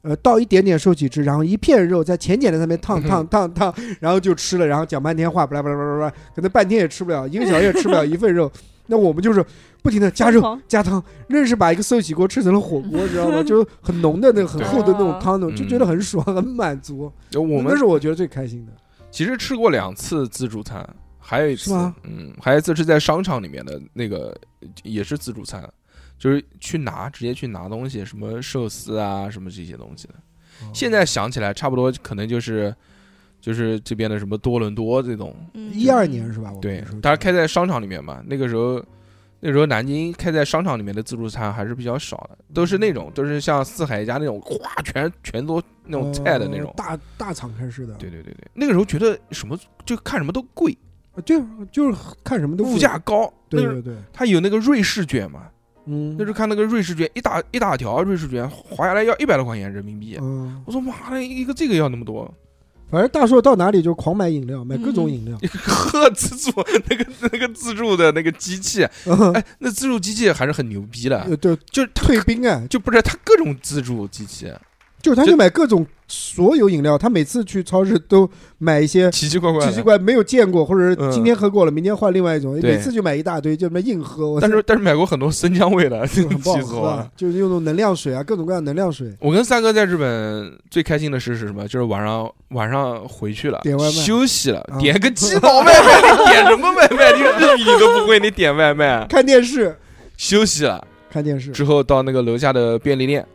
S3: 呃倒一点点寿喜汁，然后一片肉在浅浅的上面烫
S2: 嗯
S3: 烫烫烫，然后就吃了，然后讲半天话，巴拉巴拉巴拉巴拉，可能半天也吃不了，一个小时也吃不了一份肉。那我们就是不停的加
S5: 疯
S3: 肉
S5: 狂
S3: 加汤，愣是把一个寿喜锅吃成了火锅，知道吗？就是很浓的那个很
S2: 对
S3: 厚的那种汤的，
S2: 嗯
S3: 就觉得很爽，很满足。
S2: 就我们
S3: 那是我觉得最开心的。
S2: 其实吃过两次自助餐，还有一次
S3: 是吗，
S2: 嗯，还有一次是在商场里面的那个也是自助餐，就是去拿直接去拿东西，什么寿司啊，什么这些东西的。现
S3: 嗯
S2: 在想起来，差不多可能就是就是这边的什么多伦多这种，
S5: 嗯
S3: 一二年是吧？我们
S2: 对
S3: 那时候，
S2: 当然开在商场里面嘛。那个时候那时候南京开在商场里面的自助餐还是比较少的，都是那
S3: 嗯
S2: 种都是像四海一家那种，哗，全全都那种菜的那种
S3: 呃。大大敞开式的，
S2: 对对对对，那个时候觉得什么就看什么都贵，
S3: 呃，对，就是看什么都
S2: 物价，高。那
S3: 对
S2: 时候
S3: 对对，
S2: 它有那个瑞士卷嘛，
S3: 嗯，
S2: 那时候看那个瑞士卷一大一大条瑞士卷划下来要一百多块钱人民币。
S3: 嗯，
S2: 我说妈的，一个这个要那么多，
S3: 反正大硕到哪里就狂买饮料，买各种饮料，
S2: 呵，自助那个那个自助的那个机器，
S3: 嗯
S2: 哎，那自助机器还是很牛逼的，
S3: 呃 对，
S2: 就是它
S3: 退冰啊，
S2: 就不是它各种自助机器，
S3: 就是他
S2: 就
S3: 就买各种所有饮料，他每次去超市都买一些
S2: 奇奇怪怪
S3: 奇奇
S2: 的。
S3: 怪没有见过，或者
S2: 嗯
S3: 是今天喝过了，明天换另外一种，
S2: 对
S3: 每次就买一大堆，就那么硬喝，我
S2: 但是但是买过很多生姜味的，
S3: 就很不
S2: 气
S3: 好
S2: 死
S3: 喝
S2: 我了
S3: 啊。，就是用那种能量水啊，各种各样的能量水，
S2: 我跟三哥在日本最开心的事是什么？就是晚上晚上回去了
S3: 点，外卖
S2: 休息了，
S3: 啊
S2: 点个鸡毛外卖，你点什么外卖？你日语你都不会，你点外 卖？啊
S3: 看电视，
S2: 休息了
S3: 看电视，
S2: 之后到那个楼下的便利店，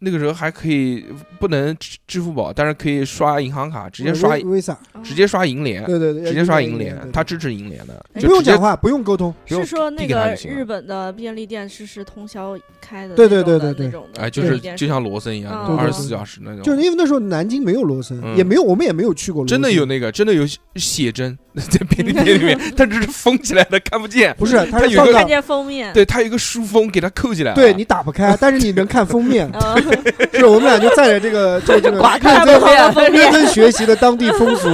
S2: 那个时候还可以不能支支付宝，但是可以刷银行卡，直接刷
S3: Visa，
S2: 直接刷银联，
S3: 嗯对对对，
S2: 直接刷银
S3: 对
S2: 联，
S3: 对
S2: 他支持银联的，
S5: 哎
S2: 就
S3: 不用
S2: 直接
S3: 讲话，不用沟通，
S2: 不用
S5: 是说那
S2: 递给他
S5: 个
S2: 就行了
S5: 日本的便利店是是通宵开的
S3: 啊对对
S5: 那种
S3: 对对
S5: 的，
S3: 对
S5: 那种的
S2: 哎，就
S5: 便
S2: 是
S5: 利店
S2: 就像罗森一样，
S5: 嗯
S2: 二十四小时那种，
S3: 就是因为那时候南京没有罗森，
S2: 嗯
S3: 也没有我们也没有去过罗森，
S2: 真的有那个，真的有写真在便利店里 面，它只是封起来的，看不见。
S3: 不是，它
S2: 它有
S3: 是
S2: 一
S3: 放
S2: 个
S5: 看
S3: 到。
S5: 见封面，。
S2: 对，它有一个书封给它扣起来了。
S3: 对你打不开，但是你能看封面
S5: 呃，
S3: 是我们俩就站在这个这个这个
S4: 哇
S3: 认
S4: 啊看
S3: 真
S4: 封
S3: 认
S4: 面
S3: 真学习的当地风 俗，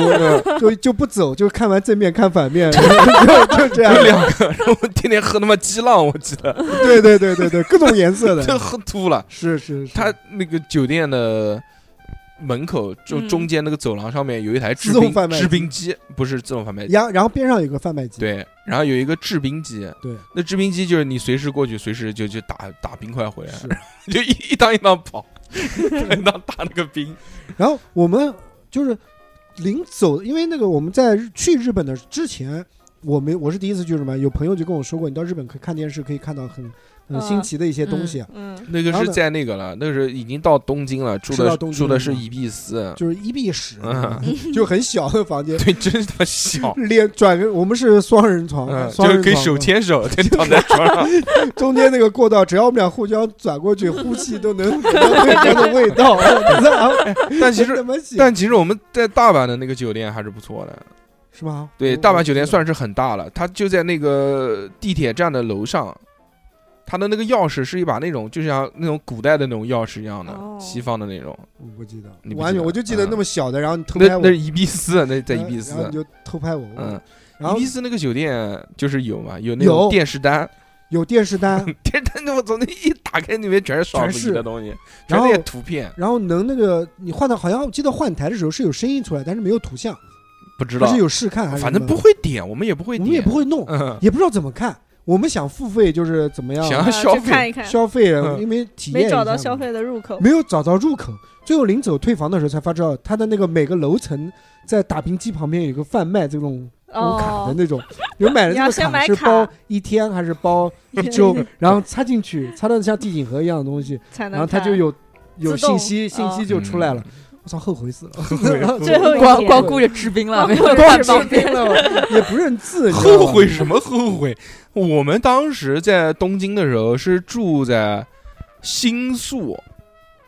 S3: 就就不走，就看完正面看反面，就 就这样
S2: 有。两个，然后天天喝他妈鸡浪，我记得
S3: 对对对对对，各种颜色
S2: 真
S3: 的，
S2: 喝吐了。
S3: 是是是。
S2: 他那个酒店的门口就
S5: 嗯
S2: 中间那个走廊上面有一台制
S3: 自动
S2: 冰
S3: 贩卖
S2: 制冰机，不是自动贩卖机，
S3: 然后然后边上有个贩卖机，
S2: 对，然后有一个制冰机，
S3: 对，
S2: 那制冰机就是你随时过去，随时就就打打冰块回来，
S3: 是。
S2: 就一一档一档 跑，一档打那个冰。
S3: 然后我们就是临走，因为那个我们在日去日本的之前，我没我是第一次去日本，有朋友就跟我说过，你到日本可以看电视，可以看到很
S2: 嗯
S3: 很新奇的一些东西啊，
S5: 嗯，
S2: 那个
S3: 然后
S2: 是
S3: 呢
S2: 在那个了，那个时候已经到东京了，住
S3: 是
S2: 的
S3: 到东京
S2: 住的是
S3: 了吗
S2: 一比四，
S3: 就是一比十
S2: 嗯，
S3: 就很小的房间，，
S2: 对，真他妈小
S3: 脸转个，我们是双人床，
S2: 嗯，就
S3: 双人
S2: 是
S3: 床
S2: 可以手牵手， 对，躺在床上，
S3: 中间那个过道，只要我们俩互相转过去，呼气都能闻到对方的 味道。
S2: 但啊其实
S3: 怎么写？
S2: 但其实我们在大阪的那个酒店还是不错的，
S3: 哦是吗？
S2: 对，
S3: 我
S2: 大阪酒店算是很大了，它就在那个地铁站的楼上，它的那个钥匙是一把那种就像那种古代的那种钥匙一样的，
S5: 哦
S2: 西方的那种，
S3: 我不记得
S2: 你，不
S3: 完
S2: 记
S3: 全
S2: 得嗯
S3: 我就记得那么小的，然后你偷
S2: 那
S3: 拍我
S2: 那，
S3: 呃
S2: 是一比四，那在一比
S3: 然后
S2: 四
S3: 你，就偷拍我，
S2: 嗯，
S3: 然后
S2: 一比四那个酒店就是有嘛，有那种
S3: 有
S2: 电视单，
S3: 有电视单，
S2: 电视单我从那一打开里面全是双
S3: 嗯全
S2: 不
S3: 是
S2: 的东西，全是
S3: 然后
S2: 那些图片，
S3: 然后能那个你换的，好像我记得换台的时候是有声音出来，但是没有图像，
S2: 不知
S3: 还
S2: 道
S3: 是，有试看还是什么
S2: 反正不，会点，我们也不会
S3: 我
S2: 点，
S3: 们也不会弄，
S2: 嗯，
S3: 也不知道怎么看。我们想付费就是怎么样
S2: 想要
S5: 呃
S2: 啊消
S5: 去看
S2: 费，
S5: 一看，
S3: 消费
S2: 嗯，
S3: 因为体验
S5: 没
S3: 一
S5: 找
S3: 下
S5: 到
S3: 嘛
S5: 消费的入口，
S3: 没有找到入口。最后临走退房的时候才发知道，他的那个每个楼层在打冰机旁边有一个贩卖这种无卡的
S5: 哦，
S3: 那种，有买的
S5: 你
S3: 那
S5: 要
S3: 个
S5: 先买
S3: 是
S5: 卡
S3: 包一天还是 包一周，然后插进去，插到像地景盒一样的东西，
S5: 才能
S3: 然后它
S5: 看
S3: 就有有
S5: 自动哦
S3: 信息，信息就
S2: 嗯
S3: 出来了。我操，后悔死了，
S5: 最后一
S4: 光
S5: 天
S4: 光顾着吃冰了，没有
S5: 光顾着
S4: 看
S5: 吃
S4: 旁
S3: 光
S4: 边
S3: 冰 了，也不认字，你知道吗
S2: 后悔什么后悔？我们当时在东京的时候是住在新宿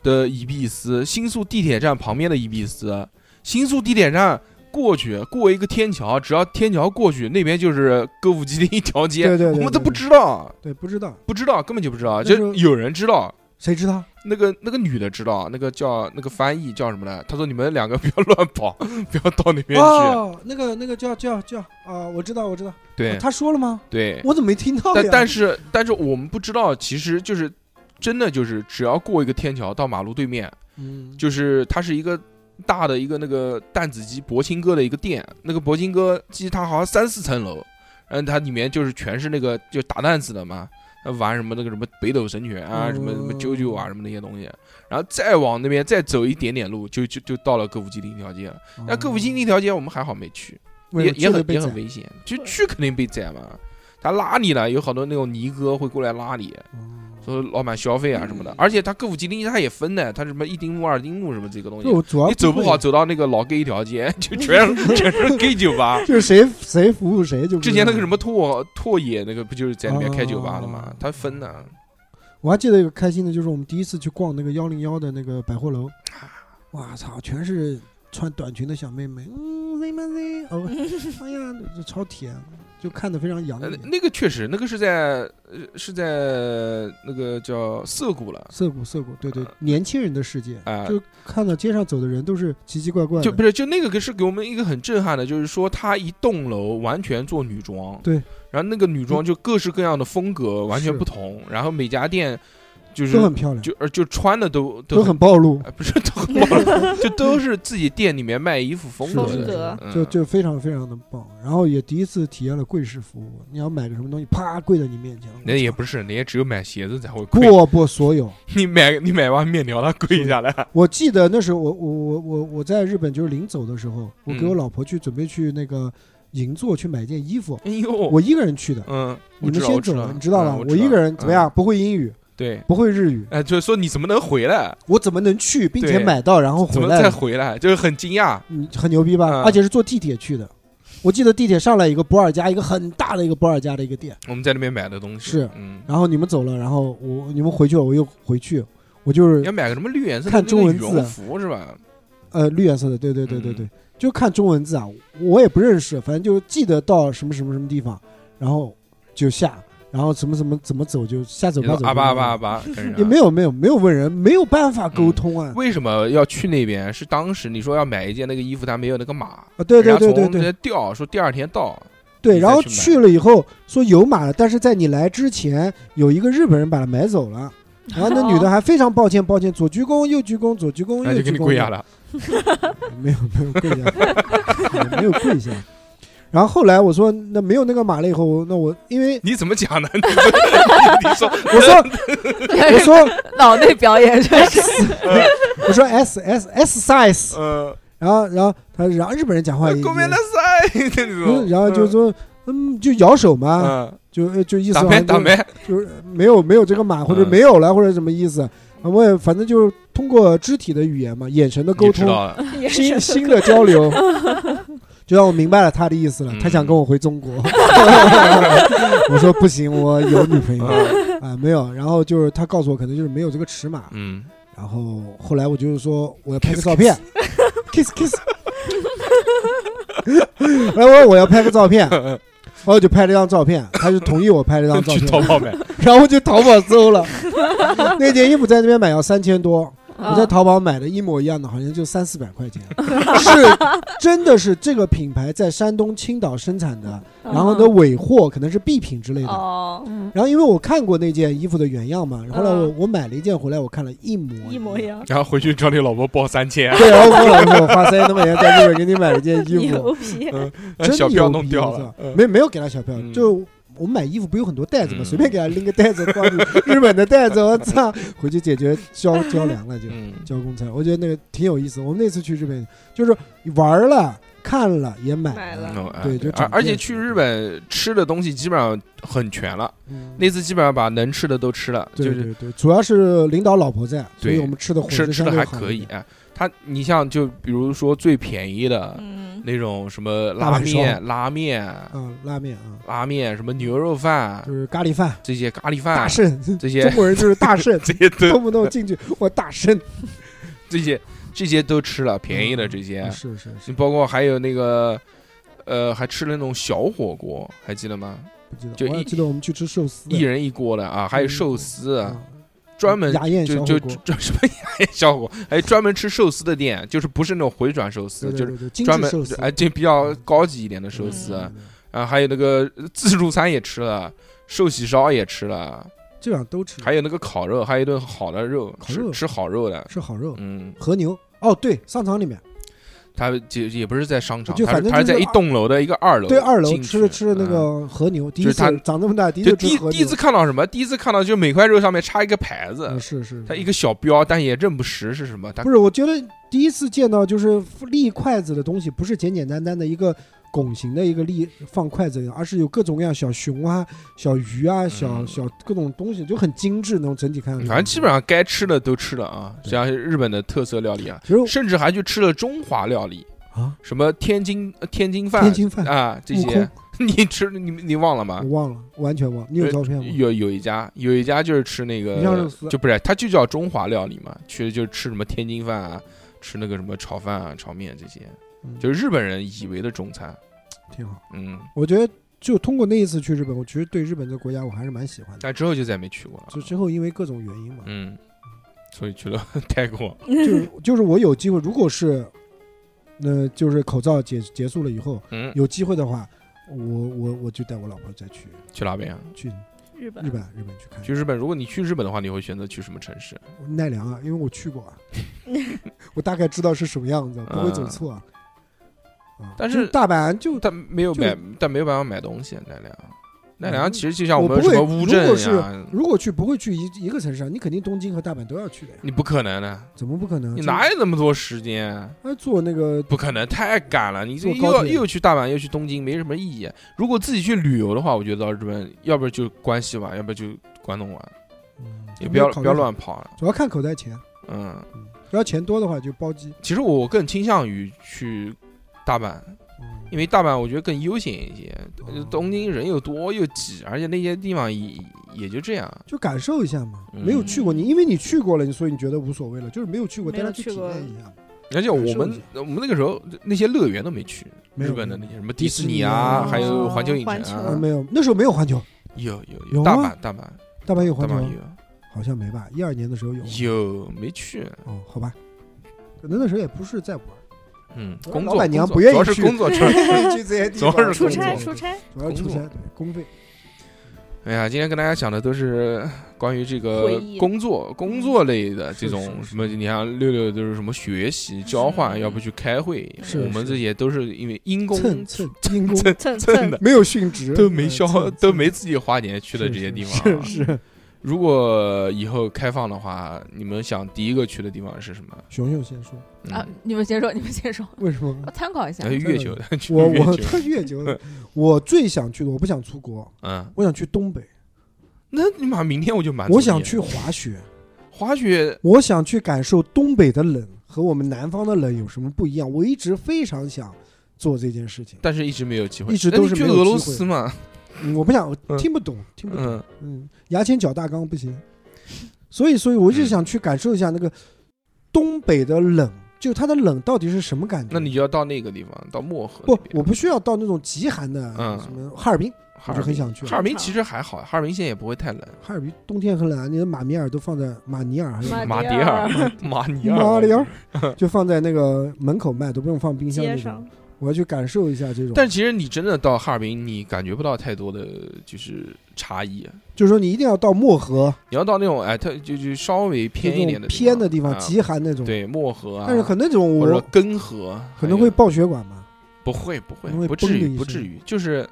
S2: 的伊比斯，新宿地铁站旁边的伊比斯，新宿地铁站。过去过一个天桥，只要天桥过去，那边就是歌舞伎町一条街。
S3: 对对对
S2: 我们都
S3: 对
S2: 不知道，
S3: 对，不知道，
S2: 不知道，根本就不知道。
S3: 那时
S2: 就
S3: 候
S2: 有人知道，
S3: 谁知道？
S2: 那个那个女的知道，啊那个叫那个翻译叫什么来？她说你们两个不要乱跑， 不要到那边去。
S3: 哦，那个那个叫叫叫啊，我知道我知道，
S2: 对
S3: 他说了吗？
S2: 对，
S3: 我怎么没听到
S2: 但
S3: 呀？
S2: 但是但是我们不知道，其实就是真的就是只要过一个天桥到马路对面，
S3: 嗯，
S2: 就是它是一个大的一个那个担子鸡博清哥的一个店，那个博清哥鸡它好像三四层楼，然后它里面就是全是那个就打担子的嘛。呃玩什么那个什么北斗神拳啊，什么什么啾啾啊，什么那些东西，然后再往那边再走一点点路，就就就到了歌舞伎町一条街了。那歌舞伎町一条街我们还好没去，
S3: 为
S2: 也
S3: 了
S2: 也
S3: 这个
S2: 很
S3: 被
S2: 也
S3: 宰
S2: 很危险，就去肯定被宰嘛。他拉你了，有好多那种尼哥会过来拉你，
S3: 嗯
S2: 说老板消费啊什么的。而且它歌舞伎町它也分的，它什么一丁目、二丁目什么这个东西
S3: 就。我主要
S2: 你走
S3: 不
S2: 不
S3: 会
S2: 好，，走到那个老 gay 一条街，就全是全 是 gay 酒吧。
S3: 就是谁谁服务谁就不
S2: 之前那个
S3: 一
S2: 什
S3: 样，
S2: 么拓拓野那个不就是在那边开酒吧的
S3: 哦
S2: 吗？他分的，
S3: 我还记得一个开心的，就是我们第一次去逛那个幺零幺的那个百货楼，
S2: 啊
S3: 哇操，全是穿短裙的小妹妹，嗯，Z 吗 Z，哦， 哎呀，就超甜，就看得非常洋
S2: 呃
S3: 溢，
S2: 那个确实，那个是在呃是在那个叫涩谷了，
S3: 涩谷涩谷，对对，年轻人的世界，
S2: 呃啊
S3: 就看到街上走的人都是奇奇怪怪的，
S2: 就不是就那个是给我们一个很震撼的，就是说它一栋楼完全做女装，
S3: 对，
S2: 然后那个女装就各式各样的风格完全
S3: 是
S2: 不同，然后每家店就是
S3: 都很漂亮，
S2: 就呃就穿的都
S3: 都
S2: 很
S3: 很暴露，
S2: 哎不是 都 很暴露就都是自己店里面卖衣服风格
S5: 是的
S2: 的，
S5: 格
S2: 嗯
S3: 就就非常非常的棒，然后也第一次体验了柜式服务。你要买个什么东西，啪跪在你面前，
S2: 那也不是，那也只有买鞋子才会贵。
S3: 过不所有。
S2: 你买你买完面条，它跪 下来。
S3: 我记得那时候我我我我我在日本就是临走的时候，我给
S2: 嗯
S3: 我老婆去准备去那个银座去买件衣服，
S2: 哎呦，
S3: 我一个人去的。
S2: 嗯，
S3: 你们
S2: 知道
S3: 先
S2: 我知
S3: 走
S2: 道
S3: 了，你知道吧？
S2: 嗯
S3: 我一个人怎
S2: 知
S3: 么？样？
S2: 道
S3: 不会英语，
S2: 嗯对，
S3: 不会日语，
S2: 哎，就是说你怎么能回来？
S3: 我怎么能去并且
S2: 对
S3: 买到然后
S2: 怎
S3: 回
S2: 么
S3: 来
S2: 再
S3: 呢？
S2: 回来？就是很惊讶。
S3: 嗯，很牛逼吧？
S2: 嗯
S3: 而且是坐地铁去的。我记得地铁上来一个博尔加，一个很大的一个博尔加的一个店。
S2: 我们在那边买的东西
S3: 是
S2: 嗯，
S3: 然后你们走了，然后我你们回去了，我又回去，我就是
S2: 要买个什么绿颜色的
S3: 看
S2: 那
S3: 中
S2: 个
S3: 文
S2: 羽
S3: 字啊
S2: 绒服是吧？
S3: 呃绿颜色的，对对对对
S2: 嗯
S3: 对，就看中文字啊，我也不认识，反正就记得到什么什么什么地方，然后就下，然后什么什么怎么走就下走
S2: 你啊
S3: 吧
S2: 说
S3: 走
S2: 阿巴阿巴阿
S3: 吧，
S2: 巴，跟人
S3: 也
S2: 家
S3: 没有没有没有问人，没有办法沟通啊
S2: 为什么要去那边？是当时你说要买一件那个衣服，它没有那个码，
S3: 啊，对对对对
S2: 人家
S3: 对
S2: 从调说第二天到，
S3: 对，
S2: 你再
S3: 然后
S2: 去买
S3: 去了以后说有码了，但是在你来之前有一个日本人把它买走了。然后那女的还非常抱歉，抱歉，左鞠躬，右鞠躬，左鞠躬，
S2: 那
S3: 右
S2: 就给
S3: 鞠
S2: 你
S3: 躬，
S2: 跪下了。
S3: 没有没有跪下，没有跪下。然后后来我说那没有那个马了以后，那我因为
S2: 你怎么讲呢？ 你你你说
S3: 我说 我说
S4: 脑内表演真是
S3: 我说 S S S size，
S2: 呃，
S3: 然后然后他然后日本人讲话也，也
S2: ごめんなさい那
S3: 嗯
S2: 种，
S3: 然后就说嗯就摇手嘛，
S2: 嗯，
S3: 就呃就意思
S2: 打
S3: 好
S2: 牌
S3: 像
S2: 打
S3: 就
S2: 牌，
S3: 就是没有没有这个马或者
S2: 嗯
S3: 没有了或者什么意思，我也反正就是通过肢体的语言嘛，眼神的沟
S2: 你知
S3: 通，
S2: 道了，
S5: 也
S3: 新
S5: 是
S3: 新的交流，就让我明白了他的意思了。
S2: 嗯
S3: 他想跟我回中国， 我说不行，我有女朋友啊、
S2: 嗯
S3: 没有。然后就是他告诉我，可能就是没有这个尺码。
S2: 嗯，
S3: 然后后来我就是说我要拍个照片，kiss kiss。然后我说我要拍个照片，然后就拍了张照片，他就同意我拍了张 照
S2: 去淘
S3: 片，
S2: 宝买，
S3: 然后我就淘宝搜了，那件衣服在那边买要三千多，我在
S4: 啊
S3: 淘宝买的一模一样的，好像就三四百块钱，是真的是这个品牌在山东青岛生产的，然后呢尾货可能是 B 品之类的。
S5: 哦，
S4: 嗯
S3: 然后因为我看过那件衣服的原样嘛，后来我
S5: 嗯
S3: 我买了一件回来，我看了一模
S5: 一模一。 样，
S2: 然后回去找你老婆报三千，啊
S3: 对，然后我老婆说我花三千多块钱在日本给你买了一件衣 服，
S5: 牛逼，
S2: 让哎
S3: 真
S2: 小
S3: 牛
S2: 票弄
S3: 逼
S2: 掉
S3: 我
S2: 了
S3: 操，
S2: 嗯
S3: 没没有给他小票，
S2: 嗯
S3: 就我买衣服不有很多袋子嘛，
S2: 嗯
S3: 随便给他拎个袋子，挂 住日本的袋子，我操，回去解决交交粮了就。
S2: 嗯，
S3: 交公差，我觉得那个挺有意思。我们那次去日本，就是玩了、看了也买
S5: 买
S3: 了
S5: 了
S2: 嗯哎
S3: 对就
S2: 而
S3: 长
S2: 而且
S3: 见
S2: 去
S3: 识
S2: 日本吃的东西基本上很全了，
S3: 嗯
S2: 那次基本上把能吃的都吃了，就
S3: 对
S2: 是
S3: 对对，主要是领导老婆在，所以
S2: 对
S3: 我们吃的伙
S2: 吃
S3: 食
S2: 吃
S3: 相
S2: 的
S3: 对
S2: 还
S3: 好
S2: 可
S3: 一
S2: 以
S3: 点。。
S2: 哎它你像就比如说最便宜的
S5: 嗯，
S2: 那种什么
S3: 大
S2: 拉
S3: 碗烧
S2: 面、拉面、
S3: 嗯，拉面啊，
S2: 拉面，什么牛肉饭
S3: 就是咖喱饭，
S2: 这些咖喱
S3: 大
S2: 饭，
S3: 盛，
S2: 这
S3: 中
S2: 些，
S3: 国人就是大盛
S2: 这些都
S3: 动不动进去我大盛。
S2: 这些这些都吃了，便宜的这些，
S3: 是是是
S2: 你，包括还有那个。呃，还吃了那种小火锅，还记得吗？
S3: 不记
S2: 就
S3: 得，我还
S2: 一
S3: 记得我们去吃寿司，
S2: 一人一锅的啊，还有寿司，
S3: 啊
S2: 专门
S3: 雅宴
S2: 就
S3: 小
S2: 就
S3: 火锅
S2: 就，就什么牙小火锅，还有专门吃寿司的店，就是不是那种回转寿司，
S3: 对对对对，
S2: 就是
S3: 精
S2: 专
S3: 致寿
S2: 门
S3: 司，
S2: 哎，这比较高级一点的寿司
S5: 嗯
S2: 啊
S3: 对，对对
S2: 啊还有那个自助餐也吃了，寿喜烧也吃了，
S3: 基本上都吃，
S2: 还有那个烤肉，还有一顿好的肉，
S3: 烤肉哦
S2: 吃吃好肉的，
S3: 吃好肉，
S2: 嗯，
S3: 和牛。哦，对，商场里面，
S2: 他也也不是在商场，
S3: 就
S2: 他
S3: 反
S2: 是
S3: 正
S2: 他是在
S3: 就是
S2: 一栋楼的一个二楼，
S3: 对，二楼
S2: 进去
S3: 吃了吃了那。
S2: 嗯
S3: 个和牛，第一
S2: 就
S3: 次
S2: 是他
S3: 长这么大第一
S2: 就
S3: 次吃
S2: 第
S3: 和牛，
S2: 第一次看到什么？第一次看到就每块肉上面插一个牌子
S3: 嗯，是是，
S2: 它一个小标，但也认不识是什么。它
S3: 不是，我觉得第一次见到就是立筷子的东西，不是简简单单的一个拱形的一个立放筷子，而是有各种各样小熊啊、小鱼啊、小
S2: 嗯
S3: 小各种东西，就很精致那种整体看上去。
S2: 反正基本上该吃的都吃了啊，
S3: 嗯对
S2: 像日本的特色料理啊，
S3: 其实
S2: 甚至还去吃了中华料理，
S3: 啊，
S2: 什么天津呃天津饭
S3: 天津饭
S2: 啊这
S3: 悟空
S2: 些， 你吃你你忘了吗
S3: 我？忘了，完全忘了。你有照片吗？
S2: 呃有呃有一家有一家就是吃那
S3: 鱼香肉
S2: 个
S3: 丝，
S2: 就不是它就叫中华料理嘛，去就吃什么天津饭啊，吃那个什么炒饭啊、炒面这些，
S3: 嗯
S2: 就是日本人以为的中餐。
S3: 挺好。
S2: 嗯，
S3: 我觉得就通过那一次去日本，我其实对日本这个国家我还是蛮喜欢的。
S2: 但之后就再没去过了。
S3: 就之后因为各种原因嘛，
S2: 嗯，所以去了 泰国。
S3: 就是 就是我有机会，如果是，呃，就是口罩结结束了以后，
S2: 嗯，
S3: 有机会的话，我我我就带我老婆再去
S2: 去哪边啊？
S3: 去
S5: 日本
S3: 日本日本去看
S2: 去日本，如果你去日本的话，你会选择去什么城市？
S3: 奈良啊，因为我去过啊，我大概知道是什么样子，不会走
S2: 嗯
S3: 错啊。啊
S2: 但
S3: 就是大阪就
S2: 但嗯没有
S3: 就
S2: 买，但没有办法买东西。奈良，奈良
S3: 嗯
S2: 其实就像
S3: 我
S2: 们
S3: 不
S2: 什
S3: 会
S2: 么乌
S3: 如
S2: 镇
S3: 果
S2: 呀，
S3: 如果去不会去一一个城市啊，你肯定东京和大阪都要去的呀，
S2: 你不可能的，
S3: 怎么不可能？
S2: 你
S3: 嗯就
S2: 哪有那么多时间？
S3: 哎坐那个
S2: 不可能，太赶了！你这
S3: 坐高
S2: 又要
S3: 铁
S2: 又去大阪，又去东京，没什么意义。如果自己去旅游的话，我觉得到日本，要不然就关西玩，要不然就关东玩，
S3: 嗯
S2: 也不要
S3: 没考
S2: 不
S3: 虑
S2: 要乱跑了。
S3: 主要看口袋钱，
S2: 嗯，
S3: 只要钱多的话就包机。
S2: 其实我更倾向于去大阪，
S3: 嗯
S2: 因为大阪我觉得更悠闲一些。呃
S3: 哦
S2: 东京人又多又挤，而且那些地方也也就这样。
S3: 就感受一下嘛，
S2: 嗯
S3: 没有去过你，因为你去过了，你所以你觉得无所谓了，就是没有去过，
S5: 没
S3: 带
S5: 有
S3: 他去体
S5: 去过
S3: 验一下。
S2: 而且我
S3: 感受一
S2: 们
S3: 下
S2: 我们那个时候那些乐园都没去，
S3: 没
S2: 日
S3: 有
S2: 本的
S3: 没
S2: 那
S3: 有
S2: 些什么
S3: 迪
S2: 迪
S3: 士
S2: 士尼
S3: 尼
S2: 啊，
S3: 啊
S2: 还有环球影
S5: 环
S2: 城
S5: 球
S3: 啊，
S2: 啊，
S3: 没有，那时候没有环球，
S2: 有有
S3: 有
S2: 有大
S3: 吗
S2: 阪大阪
S3: 大阪有啊环
S2: 大
S3: 球
S2: 阪
S3: 吗，
S2: 有
S3: 好像没吧？一二年的时候有，
S2: 有没去？
S3: 哦，好吧，可能那时候也不是在玩，
S2: 嗯，
S3: 主要
S2: 工
S3: 啊老
S2: 作
S3: 板娘
S2: 工作
S3: 不愿意
S2: 主要是
S3: 去
S2: 工作 圈儿。
S3: 去这些地方
S2: 主要是
S5: 出
S2: 工作
S5: 差
S3: 工作
S5: 哎出差，
S3: 主要是出差对公费，
S2: 哎呀，今天跟大家讲的都是关于这个
S5: 回忆
S2: 工作、工作类的这
S3: 嗯是
S2: 种
S3: 是嗯
S2: 什么，你像六六都是什么学习、交换，要不去开会，
S3: 是
S2: 我们
S3: 是
S2: 这些都是因为因公
S3: 蹭蹭因公
S5: 蹭
S2: 蹭的
S3: 没有殉职，
S2: 都没消
S3: 呃
S2: 都没自己花钱去的这些地方啊。
S3: 是是
S2: 如果以后开放的话，你们想第一个去的地方是什么？
S3: 熊熊先说，
S4: 啊
S2: 嗯，！
S4: 你们先说， 你们先说，
S3: 为什么
S4: 我？参考一下
S2: 哎，。月球，去
S3: 我
S2: 月
S3: 我
S2: 球
S3: 特越久了，我最想去的，我不想出国，
S2: 嗯，
S3: 我想去东北，
S2: 那你妈明啊天我就满足
S3: 我
S2: 你
S3: 想去滑雪，
S2: 滑雪，
S3: 我想去感受东北的冷和我们南方的冷有什么不一样。我一直非常想做这件事情，
S2: 但是一直没有机会，
S3: 一直
S2: 那
S3: 都
S2: 你
S3: 是
S2: 去
S3: 没有
S2: 俄
S3: 机
S2: 罗
S3: 会
S2: 斯 嘛，
S3: 嗯我不想，我
S2: 嗯
S3: 听不懂，听不懂。
S2: 嗯。
S3: 嗯，牙签脚大纲不行。所以，所以我就想去感受一下那个东北的冷，就它的冷到底是什么感觉？
S2: 那你就要到那个地方，到漠河那
S3: 不，
S2: 边
S3: 我不需要到那种极寒的
S2: 嗯
S3: 什么哈尔滨，
S2: 哈
S3: 我
S2: 尔滨
S3: 就很想去。
S2: 哈尔滨其实还好，哈尔滨现在也不会太冷。
S3: 哈尔滨冬天很冷啊，你的马米尔都放在马尼尔还是
S4: 马
S2: 马
S4: 迭
S2: 迭
S4: 尔
S2: 尔、 马尼尔、
S3: 马里尔， 就放在那个门口卖，都不用放冰箱
S5: 街
S3: 那种
S5: 上。
S3: 我要去感受一下这种。
S2: 但其实你真的到哈尔滨，你感觉不到太多的就是差异。啊
S3: 就是说你一定要到漠河
S2: 你要到那种哎，它就就稍微
S3: 就
S2: 偏一
S3: 这
S2: 点
S3: 种
S2: 的
S3: 偏的地方，
S2: 啊
S3: 极寒那种。
S2: 对漠河啊，
S3: 但是可能这种
S2: 或者
S3: 我
S2: 根河哎
S3: 可能会爆血管嘛，
S2: 不会不会
S3: 可能会
S2: 不至
S3: 嘣的
S2: 于
S3: 一
S2: 不
S3: 声
S2: 至于，就是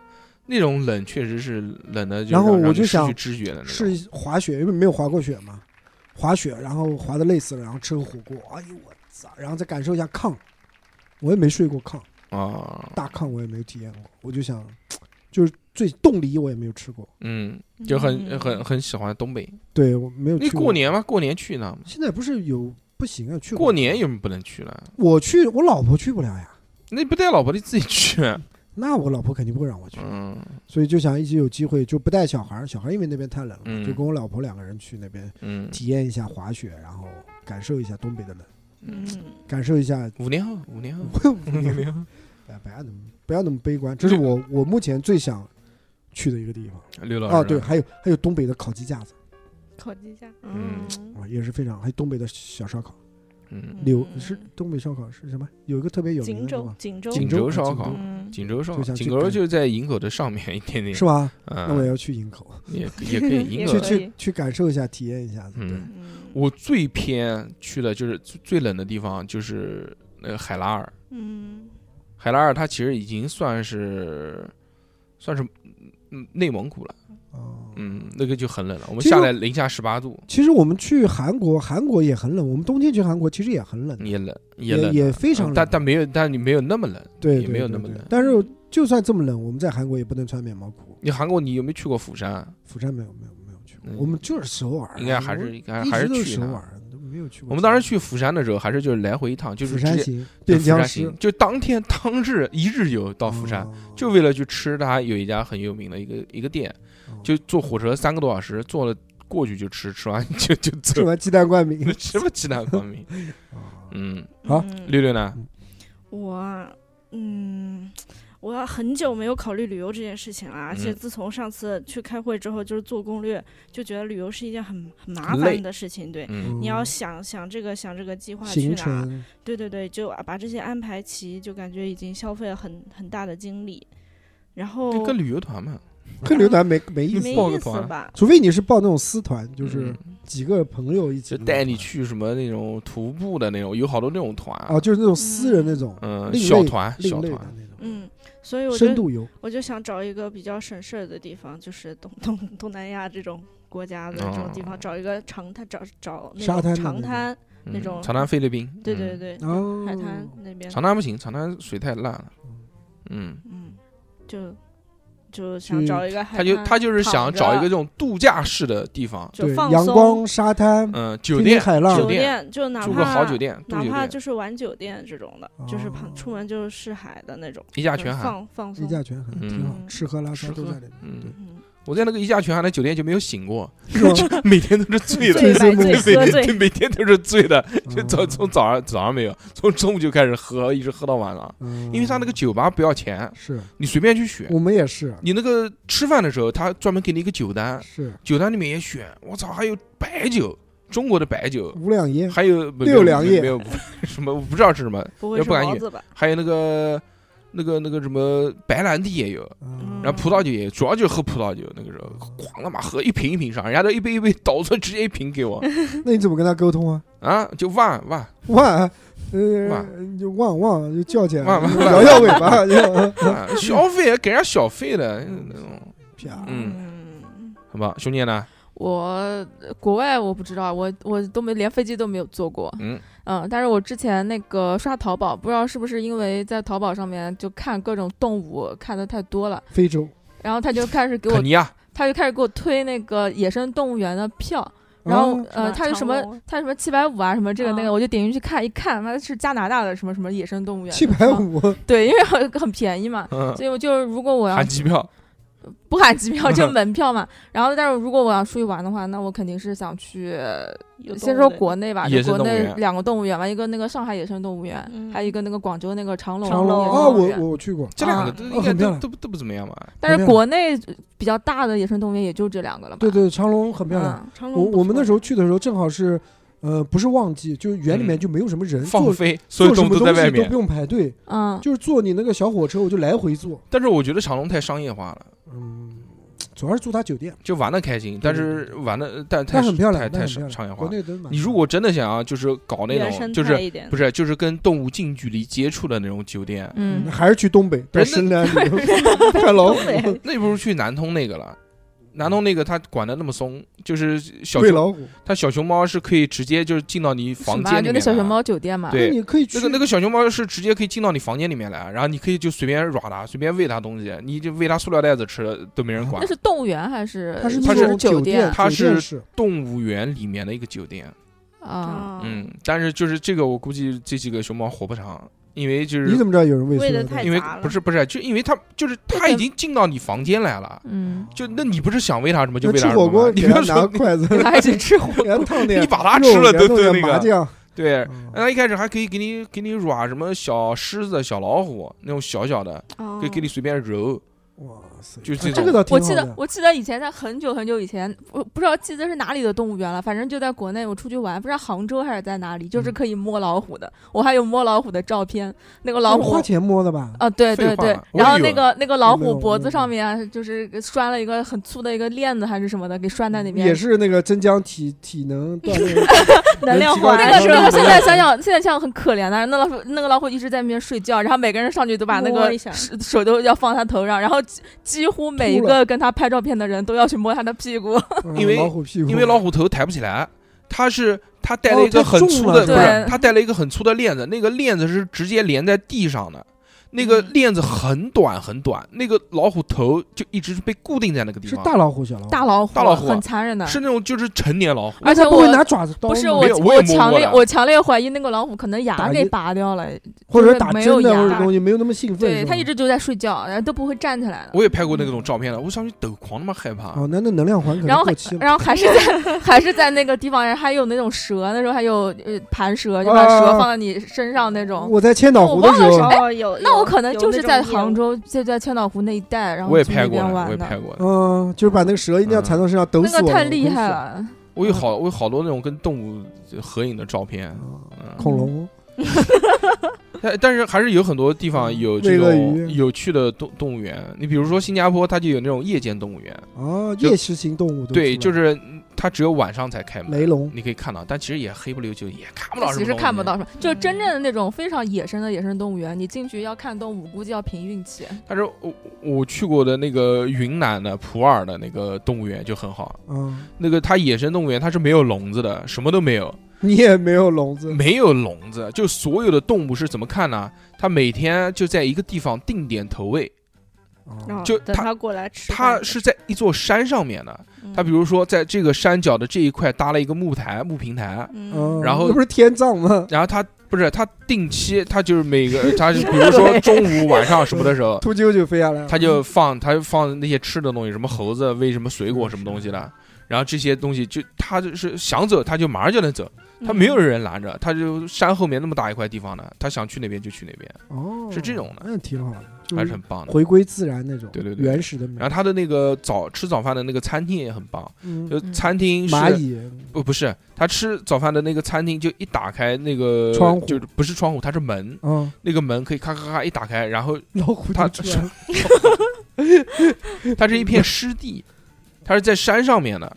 S2: 那种冷确实是冷的，
S3: 然后
S2: 让让
S3: 我
S2: 你
S3: 就
S2: 失去
S3: 想
S2: 知觉的那种。
S3: 是滑雪，因为没有滑过雪嘛，滑雪然后滑的累死了，然后吃个火锅，哎呦我操，然后再感受一下炕，我也没睡过炕，
S2: 啊，
S3: 大炕我也没有体验过，我就想，就是最冻梨我也没有吃过，
S2: 嗯，就很
S5: 嗯
S2: 很很喜欢东北。
S3: 对我没有去
S2: 你
S3: 过。
S2: 过年吗？过年去呢？
S3: 现在不是有不行啊？去
S2: 过年有什么不能去了？
S3: 我去，我老婆去不了呀，
S2: 那你不带老婆你自己 去。
S3: 那我老婆肯定不会让我去。
S2: 嗯，
S3: 所以就想一直有机会就不带小孩儿，小孩儿因为那边太冷了，
S2: 嗯
S3: 就跟我老婆两个人去那边
S2: 嗯，
S3: 体验一下滑雪，然后感受一下东北的冷，
S5: 嗯，
S3: 感受一下。
S2: 五年后，五年后，
S3: 哎，不要那么不要那么悲观，这是我我目前最想去的一个地方
S2: 刘老师
S3: 啊。对，，还有还有东北的烤鸡架子
S5: 烤鸡架，
S2: 嗯
S3: 啊，也是非常，还有东北的小烧烤，
S2: 嗯，
S3: 柳是东北烧烤是什么？有一个特别有名
S5: 锦
S3: 的是
S5: 州
S3: 吧，？
S5: 锦州，
S2: 锦州烧烤
S5: 嗯，
S2: 锦州烧
S3: 就想去
S2: 锦州
S3: 看
S2: 就在营口的上面一点点，
S3: 是吧？那我
S2: 嗯，
S3: 要去营口，
S2: 也也可以营
S5: 也
S2: 口
S3: 去
S5: 可
S2: 的。
S5: 以
S3: 去去感受一下，体验一下子。
S2: 嗯
S3: 对，
S5: 嗯
S2: 我最偏去的就是最最冷的地方，就是那个海拉尔。
S5: 嗯
S2: 海拉尔它其实已经算是算是嗯内蒙古了，
S3: 哦，
S2: 嗯，那个就很冷了，我们
S3: 其实
S2: 下来零下十八度，
S3: 其实我们去韩国，韩国也很冷，我们冬天去韩国其实也很冷的，
S2: 嗯也冷，
S3: 也
S2: 冷，
S3: 也非常
S2: 嗯
S3: 冷，
S2: 但但没有，但你没有那么冷。
S3: 对
S2: 也没有那么。
S3: 对对
S2: 冷嗯
S3: 对但是就算这么冷，我们在韩国也不能穿棉毛裤。
S2: 你韩国你有没有去过釜山啊？
S3: 釜山没有没有没有去过
S2: 嗯，
S3: 我们就是首尔啊，
S2: 应该还
S3: 我
S2: 是应该
S3: 一
S2: 还
S3: 直
S2: 是
S3: 都
S2: 去一
S3: 首
S2: 趟。
S3: 尔，都没有去过。
S2: 我们当时去釜山的时候，还是就是来回一趟，就是
S3: 釜
S2: 直接
S3: 山行变
S2: 釜
S3: 僵
S2: 山
S3: 尸
S2: 行，就当天当日一日游到釜
S3: 哦
S2: 山，，
S3: 嗯
S2: 就为了去吃它有一家很有名的一个一个店，
S3: 哦
S2: 就坐火车三个多小时，坐了过去就吃，吃完就 就
S3: 吃
S2: 走，
S3: 完鸡蛋灌饼。
S2: 什么鸡蛋光明？
S3: 啊
S2: 嗯，
S3: 好
S5: 嗯
S2: 六六呢？
S5: 我啊，嗯，我要很久没有考虑旅游这件事情了，而且
S2: 嗯
S5: 自从上次去开会之后，就是做攻略，就觉得旅游是一件很很麻
S2: 很累
S5: 烦的事情。对，
S2: 嗯，
S5: 你要
S3: 嗯
S5: 想想这个，想这个计划去
S3: 行
S5: 哪，
S3: 程，
S5: 对对对，就把这些安排齐，就感觉已经消费了很很大的精力，然后
S2: 就跟旅游团嘛，
S3: 跟 刘团没没意思，
S5: 没
S2: 报个
S5: 意思
S2: 团
S5: 吧？
S3: 除非你是报那种私团，就是
S2: 嗯
S3: 几个朋友一
S2: 就
S3: 起那种团，
S2: 带你去什么那种徒步的那种，有好多那种团，
S3: 哦，就是那种私人那种，
S2: 嗯，
S3: 另类
S2: 小团
S3: 另
S2: 小
S3: 类
S2: 团
S3: 的，那种，
S5: 嗯，所以我
S3: 深
S5: 就
S3: 度游。
S5: 我就想找一个比较省事儿的地方，就是东 东东南亚这种国家的这种地方，
S2: 哦
S5: 找一个长滩，找找那
S3: 沙
S5: 种
S3: 滩的
S5: 长
S3: 那种
S5: 滩，那
S2: 嗯
S5: 种
S2: 长滩菲律宾，
S5: 对
S2: 嗯
S5: 对对，
S3: 哦，
S5: 海滩那边，
S2: 长滩不行，长滩水太烂了。嗯，
S5: 嗯，就就想
S3: 去
S5: 找一个海
S2: 他
S5: 滩，
S2: 就他就是想
S5: 躺着
S2: 找一个这种度假式的地方，
S5: 就
S3: 对，
S5: 放
S3: 阳
S5: 松
S3: 光沙滩，
S2: 嗯，酒
S3: 听听
S2: 店
S3: 海浪
S5: 酒
S2: 酒店
S5: 就哪怕
S2: 住个好酒店，住
S5: 哪
S2: 酒
S5: 怕
S2: 店
S5: 就是玩酒店这种的，就是旁
S3: 哦
S5: 出门就是视海的那种，
S2: 一价
S5: 就
S2: 全含。
S5: 放放
S3: 一
S5: 松，
S3: 价全很挺好，
S5: 嗯
S3: 吃喝拉
S2: 吃
S3: 撒都
S2: 喝
S3: 在里面。
S2: 嗯，
S5: 嗯，
S2: 我在那个一价全含的酒店 就没有醒 过，
S3: 是吧
S2: 每天都是醉的，
S5: 醉
S3: 醉
S5: 买醉喝
S2: 每
S5: 醉
S2: 天，每天都是醉的，就早
S3: 哦
S2: 从早上早上没有，从中午就开始喝，一直喝到晚上。
S3: 嗯
S2: 因为他那个酒吧不要钱，
S3: 是
S2: 你随便去选。
S3: 我们也是
S2: 你那个吃饭的时候，他专门给你一个酒单，
S3: 是
S2: 酒单里面也选，我操，还有白酒，中国的白酒，
S3: 五两烟，
S2: 还有没
S3: 嗯六
S2: 有
S3: 两
S2: 没
S3: 夜
S2: 没有什么我不知道是什么，
S5: 不会
S2: 要
S5: 是
S2: 不然
S5: 毛
S2: 也
S5: 子吧？
S2: 还有那个那个那个什么白兰地也有，
S3: 嗯
S2: 然后葡萄酒也有，主要就是喝葡萄酒，那个时候狂他妈喝一瓶一瓶上，人家都一杯一杯倒出来，直接一瓶给我
S3: 那你怎么跟他沟通啊？
S2: 啊，就万万
S3: 哇，呃，
S2: 哇
S3: 就旺旺就叫起来，
S2: 哇哇哇
S3: 摇摇尾 巴，就
S2: 啊，消费给人家小费的那种，
S3: 啪，
S2: 嗯，
S5: 嗯，
S2: 好吧，兄弟呢，
S4: 我国外我不知道，我我都没连飞机都没有坐过，
S2: 嗯，
S4: 嗯，但是我之前那个刷淘宝，不知道是不是因为在淘宝上面就看各种动物看的太多了，
S3: 非洲，
S4: 然后他就开始给我
S2: 肯尼亚，
S4: 他就开始给我推那个野生动物园的票，然
S3: 啊
S4: 后、
S5: 什么
S4: 呃，他有什
S5: 长
S4: 么
S5: 隆
S4: 他有什么七百五啊，什么这个那个，
S5: 啊
S4: 我就点进去看，一看，妈的是加拿大的什么什么野生动物园，
S3: 七百，五，
S4: 对，因为很 很便宜嘛，
S2: 嗯，
S4: 所以我就如果我要
S2: 含机
S3: 啊
S2: 票，
S4: 不含机票就门票嘛， 然后但是如果我要出去玩的话，那我肯定是想去，
S5: 有
S4: 先
S5: 动
S4: 说
S5: 物的
S4: 国内吧，
S2: 野
S4: 就
S2: 生
S4: 国
S2: 动物
S4: 内
S2: 园
S4: 两个动物园吧，一个那个上海野生动物园，
S5: 嗯
S4: 还有一个那个广州那个长隆
S5: 长隆
S4: 野生
S3: 啊，
S4: 动物
S3: 我
S4: 园。
S3: 我去过，
S2: 这两个
S4: 啊
S2: 都
S5: 哦
S2: 应该
S3: 很漂
S2: 都
S3: 亮
S2: 都都不怎么样吧，
S4: 但是
S3: 很
S4: 国内比较大的野生动物园也就这两个了吧？
S3: 对对，长隆很漂亮。
S4: 嗯，
S5: 长
S3: 我
S5: 隆
S3: 我们那时
S5: 候
S3: 候去的时候正好是，呃，不是旺季，就是园里面
S2: 嗯
S3: 就没有什么人，
S2: 放
S3: 做
S2: 飞，所有
S3: 做什
S2: 动
S3: 么
S2: 物都在
S3: 东
S2: 外
S3: 西都
S2: 面
S3: 不。用排队，
S4: 嗯，
S3: 就是坐你那个小火车，我就来回坐，
S2: 但是我觉得长隆太商业化了，
S3: 嗯，主要是住他酒店，
S2: 就玩的开心，但是玩的但太
S3: 但嗯很漂亮
S2: 太太
S3: 但很
S2: 商
S3: 漂亮
S2: 商业化
S3: 国
S2: 了。
S3: 内都蛮。
S2: 你如果真的想要就是搞那
S5: 原
S2: 种
S5: 生
S2: 就
S5: 态
S2: 是
S5: 一点
S2: 不
S5: 的，
S2: 是就是跟动物近距离接触的那种酒店，
S4: 嗯
S3: 嗯，还是去东北到
S2: 人
S3: 深山里头看老虎
S5: 东，北
S2: 那
S4: 嗯
S2: 不如去南通那个了。南通那个他管的那么松，就是小
S3: 喂
S2: 熊，
S3: 老虎。
S2: 他小熊猫是可以直接就是进到你
S4: 什
S2: 房
S4: 么
S2: 间
S4: 啊？
S2: 里
S4: 就
S2: 面
S4: 那
S2: 的。
S4: 小熊，猫酒店嘛。
S3: 那
S2: 对，
S3: 你可以去
S2: 那个那个小熊猫是直接可以进到你房间里面来，然后你可以就随便耍它，随便喂它东西，你就喂它塑料袋子吃都没人管
S4: 啊那。是动物园还是？
S3: 它是
S2: 它
S3: 那
S2: 是
S3: 种
S4: 呃酒
S3: 店，
S2: 它
S3: 酒店
S2: 是
S3: 式
S2: 动物园里面的一个酒店，
S4: 啊，
S2: 嗯，但是就是这个我估计这几个熊猫活不长，因为就是
S3: 你怎么知道有人喂
S5: 喂
S3: 塑料
S5: 得太
S3: 袋？
S2: 因为
S5: 杂了
S2: 不是不是，就因为它就是它已经进到你房间来了。
S4: 嗯，
S2: 就那你不是想喂它什么就
S3: 那
S2: 喂它
S3: 吃
S2: 什
S3: 火
S2: 么
S3: 锅，
S2: 吗，你
S3: 给
S2: 不
S3: 他
S2: 要
S3: 拿
S2: 说
S3: 筷子，
S4: 还得吃火
S3: 给他烫点
S2: 你
S3: 肉，
S2: 把它吃了
S3: 给他
S2: 都
S3: 弄
S2: 都
S3: 点
S2: 那
S3: 麻
S2: 个
S3: 酱。
S2: 对，
S3: 嗯
S2: 然后一开始还可以给你给你耍什么小狮子、小老虎那种小小的，
S5: 啊
S2: 可以给你随便揉。
S3: 哇塞，
S2: 就
S3: 啊
S2: 这
S3: 这
S2: 种
S3: 个倒
S4: 哎我
S3: 挺好
S4: 记
S3: 的
S4: 得，。我记得以前在很久很久以前，我不知道记得是哪里的动物园了，反正就在国内，我出去玩，不知道杭州还是在哪里，就是
S3: 嗯
S4: 可以摸老虎的，我还有摸老虎的照片，那个老
S3: 哦那是花
S4: 虎。
S3: 钱摸的吧？
S4: 啊，对
S2: 废
S4: 对
S2: 话
S4: 对，
S2: 我也
S4: 然后
S2: 有
S4: 那个那个老
S3: 没有
S4: 虎脖
S3: 没有
S4: 子上面啊就是拴了一个很粗的一个链子还是什么的，给拴在那边。
S3: 也是那个增强体体能锻炼。
S5: 能量
S3: 提高
S5: 环
S3: 体
S4: 那
S3: 能
S4: 个时
S3: 能
S4: 候，现在想想，现在想想很可怜的。那老虎，那个老虎一直在那边睡觉，然后每个人上去都把那
S5: 摸
S4: 个
S5: 一下
S4: 手手都要放他头上，然后几几乎每一个跟他拍照片的人都要去摸他的屁股，
S3: 嗯
S2: 因为
S3: 老虎屁股，
S2: 因为老虎头抬不起来，它是它带了一个
S3: 哦它
S2: 很
S3: 重
S2: 粗
S3: 了
S2: 的，
S4: 对
S2: 不是它带了一个很粗的链子，那个链子是直接连在地上的，那个
S5: 嗯
S2: 链子很短很短，那个老虎头就一直是被固定在那个地
S3: 是
S2: 方，
S3: 大老虎小老虎，
S4: 大老虎，
S2: 大老虎啊
S4: 很残忍的。
S2: 是那种就是成年老虎，
S3: 那
S4: 而且
S3: 它不会
S4: 我
S3: 拿爪子刀吗，
S4: 不是
S2: 没有我
S4: 我
S2: 也摸
S4: 强
S2: 过
S4: 烈
S2: 的
S4: 我强烈怀疑那个老虎可能牙
S3: 打
S4: 给
S3: 一
S4: 拔掉了，
S3: 或者
S4: 就是
S3: 打
S4: 没
S3: 针
S4: 有
S3: 的
S4: 牙
S3: 或者东西没有那么兴奋，
S4: 对
S3: 是吧
S4: 他一直就在睡觉，然后都不会站起来的。
S2: 我也拍过那种照片了，我上去抖，狂他妈害怕。
S3: 哦，那那能量环可
S4: 然
S3: 能
S4: 后
S3: 过期了，
S4: 然后还是在还是在那个地方，然后还有那种蛇，那时候还有呃盘蛇，就把蛇
S3: 啊
S4: 放在你身上那种。
S3: 我在千岛湖的时
S4: 我忘了
S3: 候
S4: 啥，
S5: 哦，有，
S4: 哎那
S5: 有
S4: 我可能
S5: 有
S4: 就
S5: 那
S4: 是
S5: 种
S4: 在
S5: 业务
S4: 杭州，就在千岛湖那一带，然后
S2: 我也
S4: 去
S2: 拍
S4: 那
S2: 过
S4: 边
S2: 的，我也
S4: 玩
S2: 拍
S4: 的。
S2: 过的，
S3: 嗯，就是把那个蛇一定要缠到身上，抖
S4: 那
S3: 死我
S4: 个
S3: 了，
S4: 太厉
S3: 我跟你
S4: 害
S3: 说。
S4: 了，
S2: 我有好我有好多那种跟动物合影的照片，
S3: 嗯
S2: 嗯，
S3: 恐龙，
S2: 但但是还是有很多地方有这
S3: 喂鳄
S2: 种
S3: 鱼
S2: 有趣的动动物园，你比如说新加坡，它就有那种夜间动物园，
S3: 哦，
S2: 嗯就
S3: 夜食性动物都
S2: 对，
S3: 出
S2: 就
S3: 来了
S2: 是它只有晚上才开门，
S3: 雷龙
S2: 你可以看到，但其实也黑不溜秋，也看不到什么，
S4: 其实看不到。什么，就是
S5: 嗯
S4: 真正的那种非常野生的野生动物园，你进去要看动物，估计要凭运气。
S2: 但是我我去过的那个云南的普洱的那个动物园就很好，
S3: 嗯，
S2: 那个它野生动物园它是没有笼子的，什么都没有，
S3: 你也没有笼子，
S2: 没有笼子，就所有的动物是怎么看呢？它每天就在一个地方定点投喂，
S3: 哦
S5: 哦
S2: 就
S5: 等
S2: 他
S5: 他过来吃饭
S2: 它
S5: 的，
S2: 是在一座山上面的，
S5: 嗯
S2: 它比如说在这个山脚的这一块搭了一个木台木平台，
S5: 嗯，
S3: 嗯，
S2: 然后
S3: 那不是天 葬吗？
S2: 然后它不是它定期它就是每个它比如说中午晚上什么的时 候，
S3: 秃鹫就飞下来了，
S2: 它就放它就放那些吃的东西，什么猴子喂什么水果什么东西的，然后这些东西就它就是想走它就马上就能走，它没有人拦着，它就山后面那么大一块地方呢，它想去那边就去那边，
S3: 哦，
S2: 是这种的
S3: 那挺好的，就
S2: 还是很棒的。
S3: 回归自然那种，
S2: 对对对
S3: 原始的美
S2: 然。后它的那个早吃早饭的那个餐厅也很棒，
S3: 嗯
S2: 就餐厅是
S3: 蚂蚁
S2: 不不是，他吃早饭的那个餐厅就一打开那个
S3: 窗户
S2: 就是不是窗户，它是门，
S3: 嗯，
S2: 那个门可以咔咔咔一打开，然后
S3: 老虎
S2: 它
S3: 就出来了，
S2: 它是一片湿地，它是在山上面的。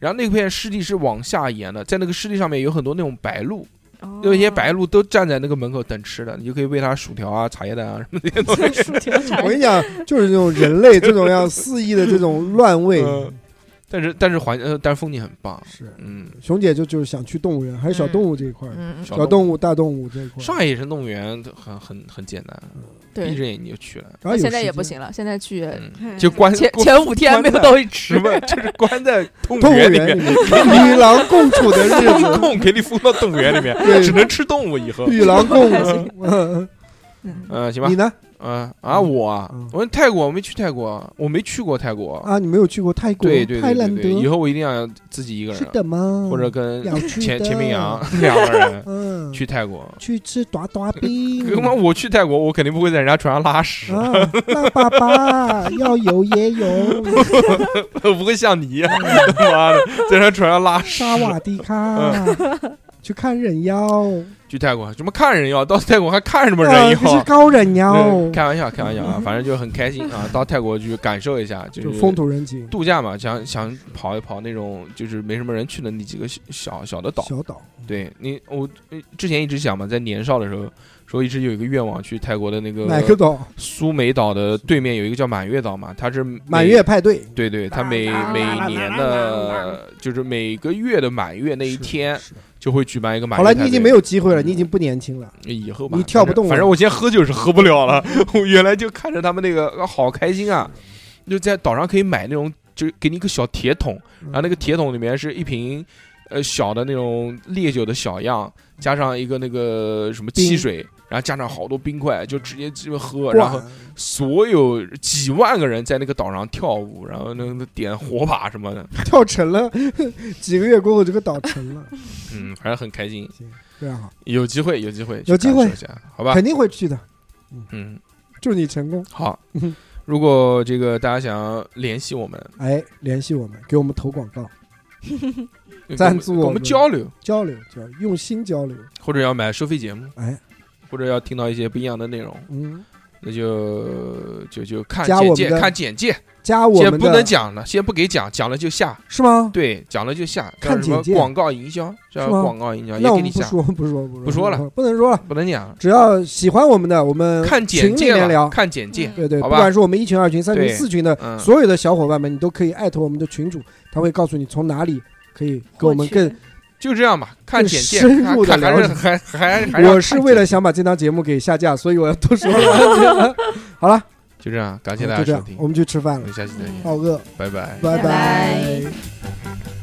S2: 然后那片湿地是往下延的，在那个湿地上面有很多那种白鹭，
S5: 哦
S2: 有一些白鹭都站在那个门口等吃的，你就可以喂它薯条啊、茶叶蛋啊什么的。
S5: 薯条茶
S3: 我跟你讲，就是这种人类这种要肆意的这种乱 喂，
S2: 嗯但是但是环呃，但是风景很棒，
S3: 是
S2: 嗯。
S3: 熊姐就就是想去动物园，还是小动物这一块儿，
S4: 嗯，
S2: 小
S3: 小动物、大动物这一块儿，
S2: 上海野生动物园很很很简单，闭
S4: 对，
S2: 着眼睛就去了，
S3: 啊然后有
S4: 现在也
S3: 时间
S4: 不，行了，现在去
S2: 嗯，就关
S4: 前
S2: 关
S4: 前五天没有东西吃
S2: 什，么？就是关在动
S3: 动
S2: 物
S3: 物
S2: 园里
S3: 园
S2: 面
S3: 里，面与狼共处的 日
S2: 有
S3: 子，
S2: 空给你封到动物园里面，
S3: 对
S2: 只能吃动物以后。
S3: 与狼共舞。嗯
S2: 嗯，行吧
S3: 你，呢？
S2: 嗯啊，我啊
S3: 嗯，
S2: 我泰国我没去泰国，我没去过泰国。
S3: 啊，你没有去过泰国、
S2: 对对
S3: 泰
S2: 对
S3: 兰
S2: 对对，以
S3: 德，
S2: 后我一定要自己一个
S3: 是
S2: 人，啊
S3: 的吗？
S2: 或者跟
S3: 要去
S2: 钱
S3: 的
S2: 钱明阳两个人
S3: 嗯，
S2: 去泰国。
S3: 去吃大大冰。
S2: 他妈，我去泰国，我肯定不会在人家船上拉屎，
S3: 啊，那爸爸要游也游，
S2: 我不会像你一样，他妈的在人家船上拉屎。
S3: 沙瓦迪卡，去看人妖，
S2: 去泰国什么看人妖？到泰国还看什么
S3: 啊
S2: 人
S3: 去
S2: 妖？
S3: 高人妖，
S2: 嗯开玩笑，开玩笑啊，反正就很开心啊，到泰国去感受一下，
S3: 就
S2: 就是
S3: 风土人情，
S2: 度假嘛，想想跑一跑那种就是没什么人去的那几个小小小的岛。
S3: 小岛，
S2: 对你，我呃之前一直想嘛，在年少的时候，说一直有一个愿望去泰国的那
S3: 哪个
S2: 个
S3: 岛？
S2: 苏梅岛的对面有一个叫满月岛嘛，它是每
S3: 满月，派对，
S2: 对对，它每每年的就是每个月的满月那一
S3: 是
S2: 天
S3: 是
S2: 就会举办一个满
S3: 好
S2: 月
S3: 了，
S2: 派对。嗯
S3: 你已经没有机会了，你已经不年轻了。
S2: 以后吧，
S3: 你跳不动了
S2: 反正。反正我今天喝酒是喝不了 了，我原来就看着他们那个好开心啊，就在岛上可以买那种，就是给你一个小铁桶，然
S3: 嗯
S2: 后那个铁桶里面是一瓶。呃，小的那种烈酒的小样，加上一个那个什么汽
S3: 冰
S2: 水，然后加上好多冰块，就直接这么喝，
S3: 哇
S2: 然后所有几万个人在那个岛上跳舞，然后那个点火把什么的，
S3: 跳沉了， 几个月过后这个岛沉了，
S2: 嗯，反正很开心。
S3: 行，非常好，
S2: 有机会，有机会，
S3: 有机会
S2: 一下，好吧
S3: 肯？定会去的，
S2: 嗯，
S3: 祝你成功。
S2: 好
S3: 嗯，
S2: 如果这个大家想要联系我 们，
S3: 哎，联系我们，给我们投广告，
S2: 跟我
S3: 赞
S2: 们
S3: 助
S2: 跟我
S3: 我
S2: 们
S3: 们
S2: 交流，
S3: 交流，交流用心交流。
S2: 或者要买收费节目，
S3: 哎，
S2: 或者要听到一些不一样的内容，
S3: 嗯，
S2: 那就就就看
S3: 加
S2: 简
S3: 我
S2: 介，
S3: 们的
S2: 看简介，
S3: 加我
S2: 先
S3: 们
S2: 不能
S3: 的
S2: 讲了，先不给讲，讲了就下。
S3: 是吗？
S2: 对，讲了就下，
S3: 看
S2: 叫什么
S3: 简介
S2: 广告营销，叫
S3: 是吗
S2: 广告营销，也
S3: 那我
S2: 给你
S3: 们不
S2: 讲，
S3: 说不说不
S2: 不说了，
S3: 不能说了。
S2: 不能讲，
S3: 只要喜欢我们的，我们
S2: 看
S3: 呃群
S2: 简
S3: 里
S2: 介
S3: 面
S2: 了，
S3: 聊，
S2: 看简介，
S3: 对对，
S2: 好
S3: 不
S2: 吧
S3: 管是我们一群、二群、三群、
S2: 对
S3: 四群的
S2: 嗯，
S3: 所有的小伙伴们，你都可以艾特我们的群主，他会告诉你从哪里可以跟我们更。
S2: 就这样吧，看简介，
S3: 更深入地
S2: 看看还
S3: 了
S2: 是
S3: 解
S2: 还还还要
S3: 我是
S2: 看
S3: 为
S2: 简
S3: 了想把这档节目给下架，所以我要多说了。好了，
S2: 介就这 样，感谢大
S3: 嗯
S2: 家
S3: 就这
S2: 收
S3: 样嗯
S2: 听，
S3: 我们去吃饭
S2: 我
S3: 了
S2: 们，下期再见，
S3: 好饿，
S2: 拜拜。
S3: 拜
S5: 拜
S3: 拜
S5: 拜。